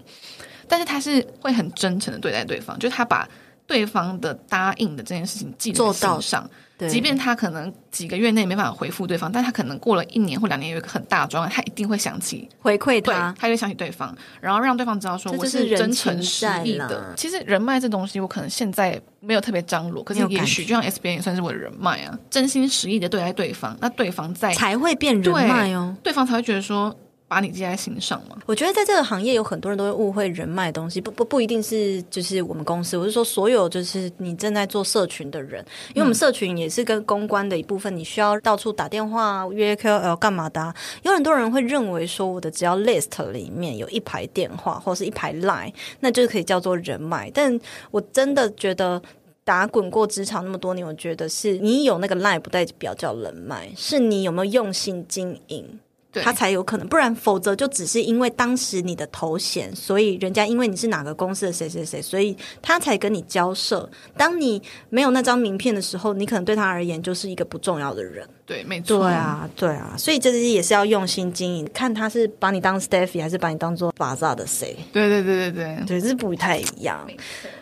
Speaker 2: 但是他是会很真诚的对待对方，就是他把对方的答应的这件事情记在
Speaker 3: 做
Speaker 2: 心
Speaker 3: 到
Speaker 2: 上。
Speaker 3: 对，
Speaker 2: 即便他可能几个月内没办法回复对方，但他可能过了一年或两年有一个很大的状况，他一定会想起，
Speaker 3: 回馈
Speaker 2: 对
Speaker 3: 他，，
Speaker 2: 他就会想起对方，然后让对方知道说
Speaker 3: 啊这就
Speaker 2: 我
Speaker 3: 是人
Speaker 2: 真
Speaker 3: 情
Speaker 2: 诚实
Speaker 3: 债
Speaker 2: 意
Speaker 3: 啦
Speaker 2: 的。其实人脉这东西，我可能现在没有特别张罗，可
Speaker 3: 没
Speaker 2: 是
Speaker 3: 有
Speaker 2: 也
Speaker 3: 感
Speaker 2: 许
Speaker 3: 觉
Speaker 2: 就像 S B N 也算是我的人脉啊，真心实意的对待对方，那对方在
Speaker 3: 才会变人
Speaker 2: 对
Speaker 3: 脉哦。
Speaker 2: 对方才会觉得说把你记在心上嘛。
Speaker 3: 我觉得在这个行业有很多人都会误会人脉的东西，不不不一定是就是我们公司，我是说所有就是你正在做社群的人，因为我们社群也是跟公关的一部分，你需要到处打电话约 KOL 干嘛的啊、有很多人会认为说我的只要 list 里面有一排电话或是一排 line，那就可以叫做人脉，但我真的觉得。打滚过职场那么多年，我觉得是你有那个 line 不代表叫人脉，是你有没有用心经营。
Speaker 2: 对，
Speaker 3: 他才有可能，不然否则就只是因为当时你的头衔，所以人家因为你是哪个公司的谁谁谁，所以他才跟你交涉。当你没有那张名片的时候，你可能对他而言就是一个不重要的人。
Speaker 2: 对，没
Speaker 3: 对
Speaker 2: 错，，
Speaker 3: 啊，对啊，所以这些也是要用心经营，看他是把你当 Steffi 还是把你当做巴萨的谁，
Speaker 2: 对对对对对。
Speaker 3: 对，是不太一样。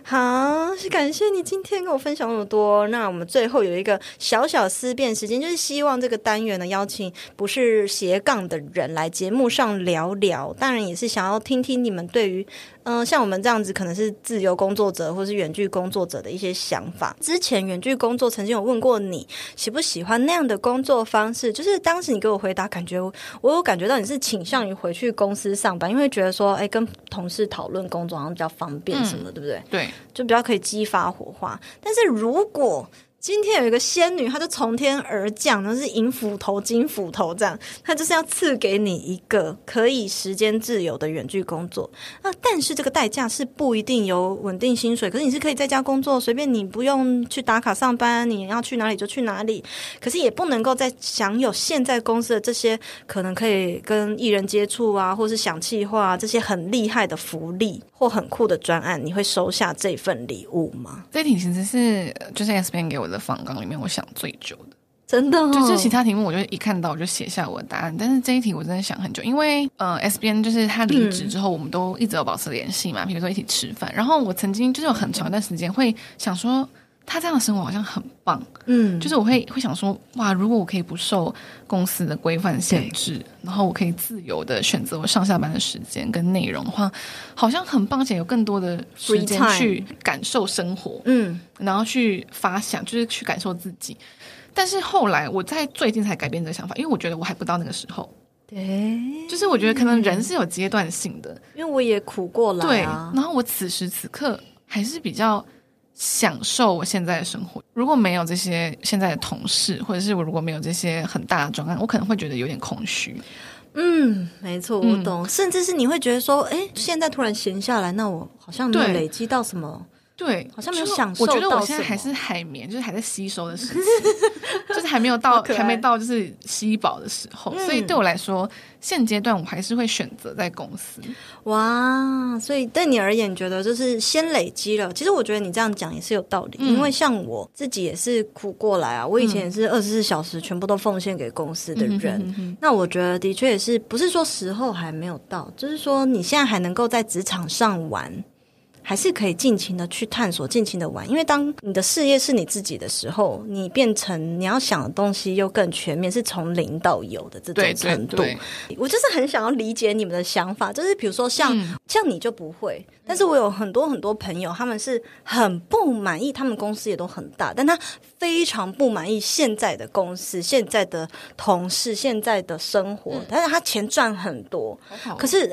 Speaker 1: 好，是感谢你今天跟我分享那么多。那我们最后有一个小小思辨时间，就是希望这个单元呢邀请不是斜杠的人来节目上聊聊，当然也是想要听听你们对于嗯、呃像我们这样子可能是自由工作者或是远距工作者的一些想法。之前远距工作曾经有问过你喜不喜欢那样的工作方式，就是当时你给我回答，感觉我我有感觉到你是倾向于回去公司上班，因为觉得说哎跟同事讨论工作好像比较方便什么的，对不对？
Speaker 2: 对，
Speaker 1: 就比较可以激发火花。但是如果今天有一个仙女，她就从天而降，然后是银斧头、金斧头这样，她就是要赐给你一个可以时间自由的远距工作。那但是这个代价是不一定有稳定薪水，可是你是可以在家工作，随便你不用去打卡上班，你要去哪里就去哪里。可是也不能够再享有现在公司的这些可能可以跟艺人接触啊，或是想企划、啊、这些很厉害的福利或很酷的专案，你会收下这份礼物吗？
Speaker 2: 这一题其实是呃就是 S B N 给我的访纲里面，我想最久的。
Speaker 1: 真的、哦，
Speaker 3: 嗯
Speaker 2: 就是其他题目，我就一看到我就写下我的答案，但是这一题我真的想很久，因为呃，S B N 就是他离职之后，我们都一直有保持联系
Speaker 3: 嗯
Speaker 2: 嘛，比如说一起吃饭，然后我曾经就是有很长一段时间会想说。他这样的生活好像很棒，
Speaker 1: 嗯，
Speaker 2: 就是我会会想说，哇，如果我可以不受公司的规范限制，然后我可以自由的选择我上下班的时间跟内容的话，好像很棒，而且有更多的时
Speaker 3: Free
Speaker 2: 间
Speaker 3: time
Speaker 2: 去感受生活。
Speaker 1: 嗯，
Speaker 2: 然后去发想，就是去感受自己。但是后来我在最近才改变这个想法，因为我觉得我还不到那个时候。
Speaker 1: 对，
Speaker 2: 就是我觉得可能人是有阶段性的，
Speaker 1: 因为我也苦过来
Speaker 2: 对。
Speaker 1: 啊
Speaker 2: 然，后我此时此刻还是比较享受我现在的生活。如果没有这些现在的同事，或者是我如果没有这些很大的专案，我可能会觉得有点空虚。
Speaker 1: 嗯，没错，我
Speaker 2: 嗯
Speaker 1: 懂，甚至是你会觉得说，哎，现在突然闲下来，那我好像没有
Speaker 2: 对
Speaker 1: 累积到什么，
Speaker 2: 对，
Speaker 1: 好像没有
Speaker 2: 就是
Speaker 1: 享受
Speaker 2: 我觉得
Speaker 1: 到
Speaker 2: 我现在
Speaker 1: 什
Speaker 2: 还
Speaker 1: 么
Speaker 2: 是海绵，就是还在吸收的时期，就是还没有到
Speaker 1: 好可爱嗯
Speaker 2: 还没到就是吸饱的时候。所以对我来说，现阶段我还是会选择在公司。
Speaker 1: 哇，所以对你而言，你觉得就是先累积了。其实我觉得你这样讲也是有道
Speaker 2: 嗯
Speaker 1: 理，因为像我自己也是苦过来啊，我以前也是二十四小时全部都奉献给公司的人。
Speaker 2: 嗯哼哼哼
Speaker 1: 那我觉得的确也是，不是说时候还没有到，就是说你现在还能够在职场上玩，还是可以尽情的去探索，尽情的玩。因为当你的事业是你自己的时候，你变成你要想的东西又更全面，是从零到有的这
Speaker 2: 对
Speaker 1: 种
Speaker 2: 对
Speaker 1: 程度。
Speaker 2: 对，
Speaker 1: 我就是很想要理解你们的想法，就是比如说像、像你就不会，但是我有很多很多朋友，他们是很不满意，他们公司也都很大，但他非常不满意现在的公司、现在的同事、现在的生活，但是他钱赚很多，可
Speaker 2: 可是
Speaker 1: 是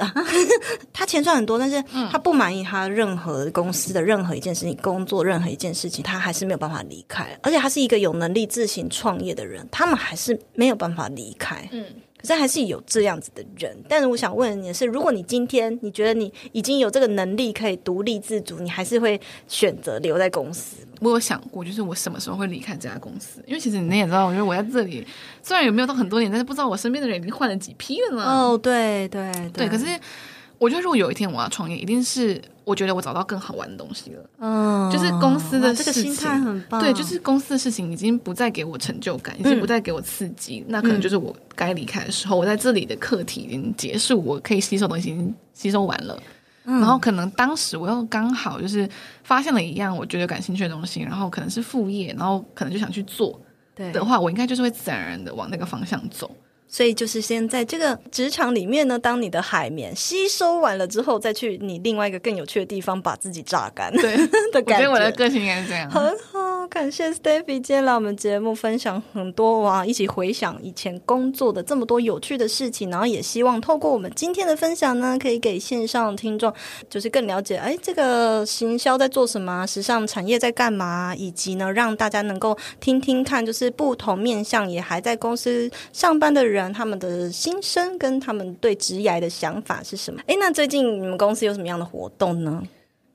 Speaker 1: [LAUGHS] 他钱赚很多，但是
Speaker 2: 嗯
Speaker 1: 他不满意他任何公司的任何一件事情，工作任何一件事情，他还是没有办法离开。而且他是一个有能力自行创业的人，他们还是没有办法离开。嗯，可是还是有这样子的人。但是我想问你的是，如果你今天你觉得你已经有这个能力可以独立自主，你还是会选择留在公司吗？
Speaker 2: 我有想过，就是我什么时候会离开这家公司？因为其实你也知道，我觉得我在这里虽然有没有到很多年，但是不知道我身边的人已经换了几批了呢。
Speaker 1: 嗯哦，对对
Speaker 2: 嗯对，可是我觉得如果有一天我要创业，一定是我觉得我找到更好玩的东西了。
Speaker 1: 嗯，
Speaker 2: 就是公司的
Speaker 1: 哇这个
Speaker 2: 事情
Speaker 1: 心态很棒，啊
Speaker 2: 对，就是公司的事情已经不再给我成就感，已
Speaker 1: 嗯
Speaker 2: 经不再给我刺激，那可能就是我该离开的时候。我在这里的课题已经结束，我可以吸收的东西已经吸收完了。
Speaker 1: 嗯
Speaker 2: 然后可能当时我又刚好就是发现了一样我觉得感兴趣的东西，然后可能是副业，然后可能就想去做
Speaker 1: 对
Speaker 2: 的话，我应该就是会自然而然的往那个方向走。
Speaker 1: 所以就是先在这个职场里面呢，当你的海绵吸收完了之后，再去你另外一个更有趣的地方把自己榨干
Speaker 2: 对，
Speaker 1: [LAUGHS] 的
Speaker 2: 我觉
Speaker 1: 感
Speaker 2: 得
Speaker 1: 觉。
Speaker 2: 我的个性应该是这样。
Speaker 1: 很好，啊感谢 Stevie 今天来我们节目分享很多哇，一起回想以前工作的这么多有趣的事情，然后也希望透过我们今天的分享呢，可以给线上听众就是更了解，哎，这个行销在做什么啊，时尚产业在干嘛啊，以及呢，让大家能够听听看，就是不同面向也还在公司上班的人他们的心声跟他们对职涯的想法是什么。哎，那最近你们公司有什么样的活动呢？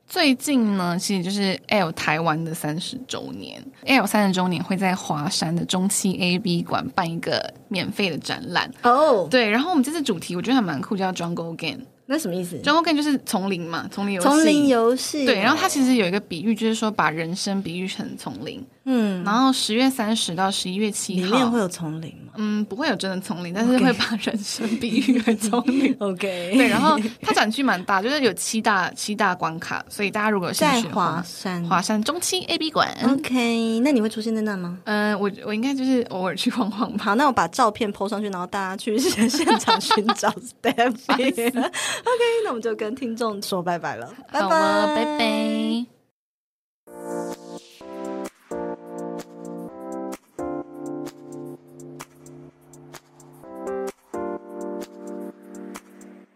Speaker 2: 最近呢，其实就是 L 台湾的三十周年，L 三十周年会在华山的中期 A B 馆办一个免费的展览。
Speaker 1: 哦，
Speaker 2: 对，然后我们这次主题我觉得还蛮酷，叫 Jungle Game。
Speaker 1: 那什么意思？
Speaker 2: Jungle Game 就是丛林嘛，丛林游戏。
Speaker 1: 丛林游戏，
Speaker 2: 对，然后它其实有一个比喻，就是说把人生比喻成丛林。
Speaker 1: 嗯，
Speaker 2: 然后十月三十到十一月七
Speaker 1: 里
Speaker 2: 号，
Speaker 1: 面会嗯有丛林吗。
Speaker 2: 嗯不会有真的丛林，但是会把人生比喻为丛林
Speaker 1: ？OK，
Speaker 2: 对，然后它展区蛮大，就是有七大七大关卡，所以大家如果有兴
Speaker 1: 在
Speaker 2: 趣的话
Speaker 1: 华，山。
Speaker 2: 华山中期 A B 馆。
Speaker 1: 嗯 OK，那你会出现在那吗？
Speaker 2: 嗯、我我应该就是偶尔去晃晃吧。
Speaker 1: 好，那我把照片 PO 上去，然后大家去现场寻找 [LAUGHS]
Speaker 2: [LAUGHS]
Speaker 1: Stephy。OK，那我们就跟听众说拜拜了，拜
Speaker 2: 好
Speaker 1: 拜
Speaker 2: 了，，拜拜。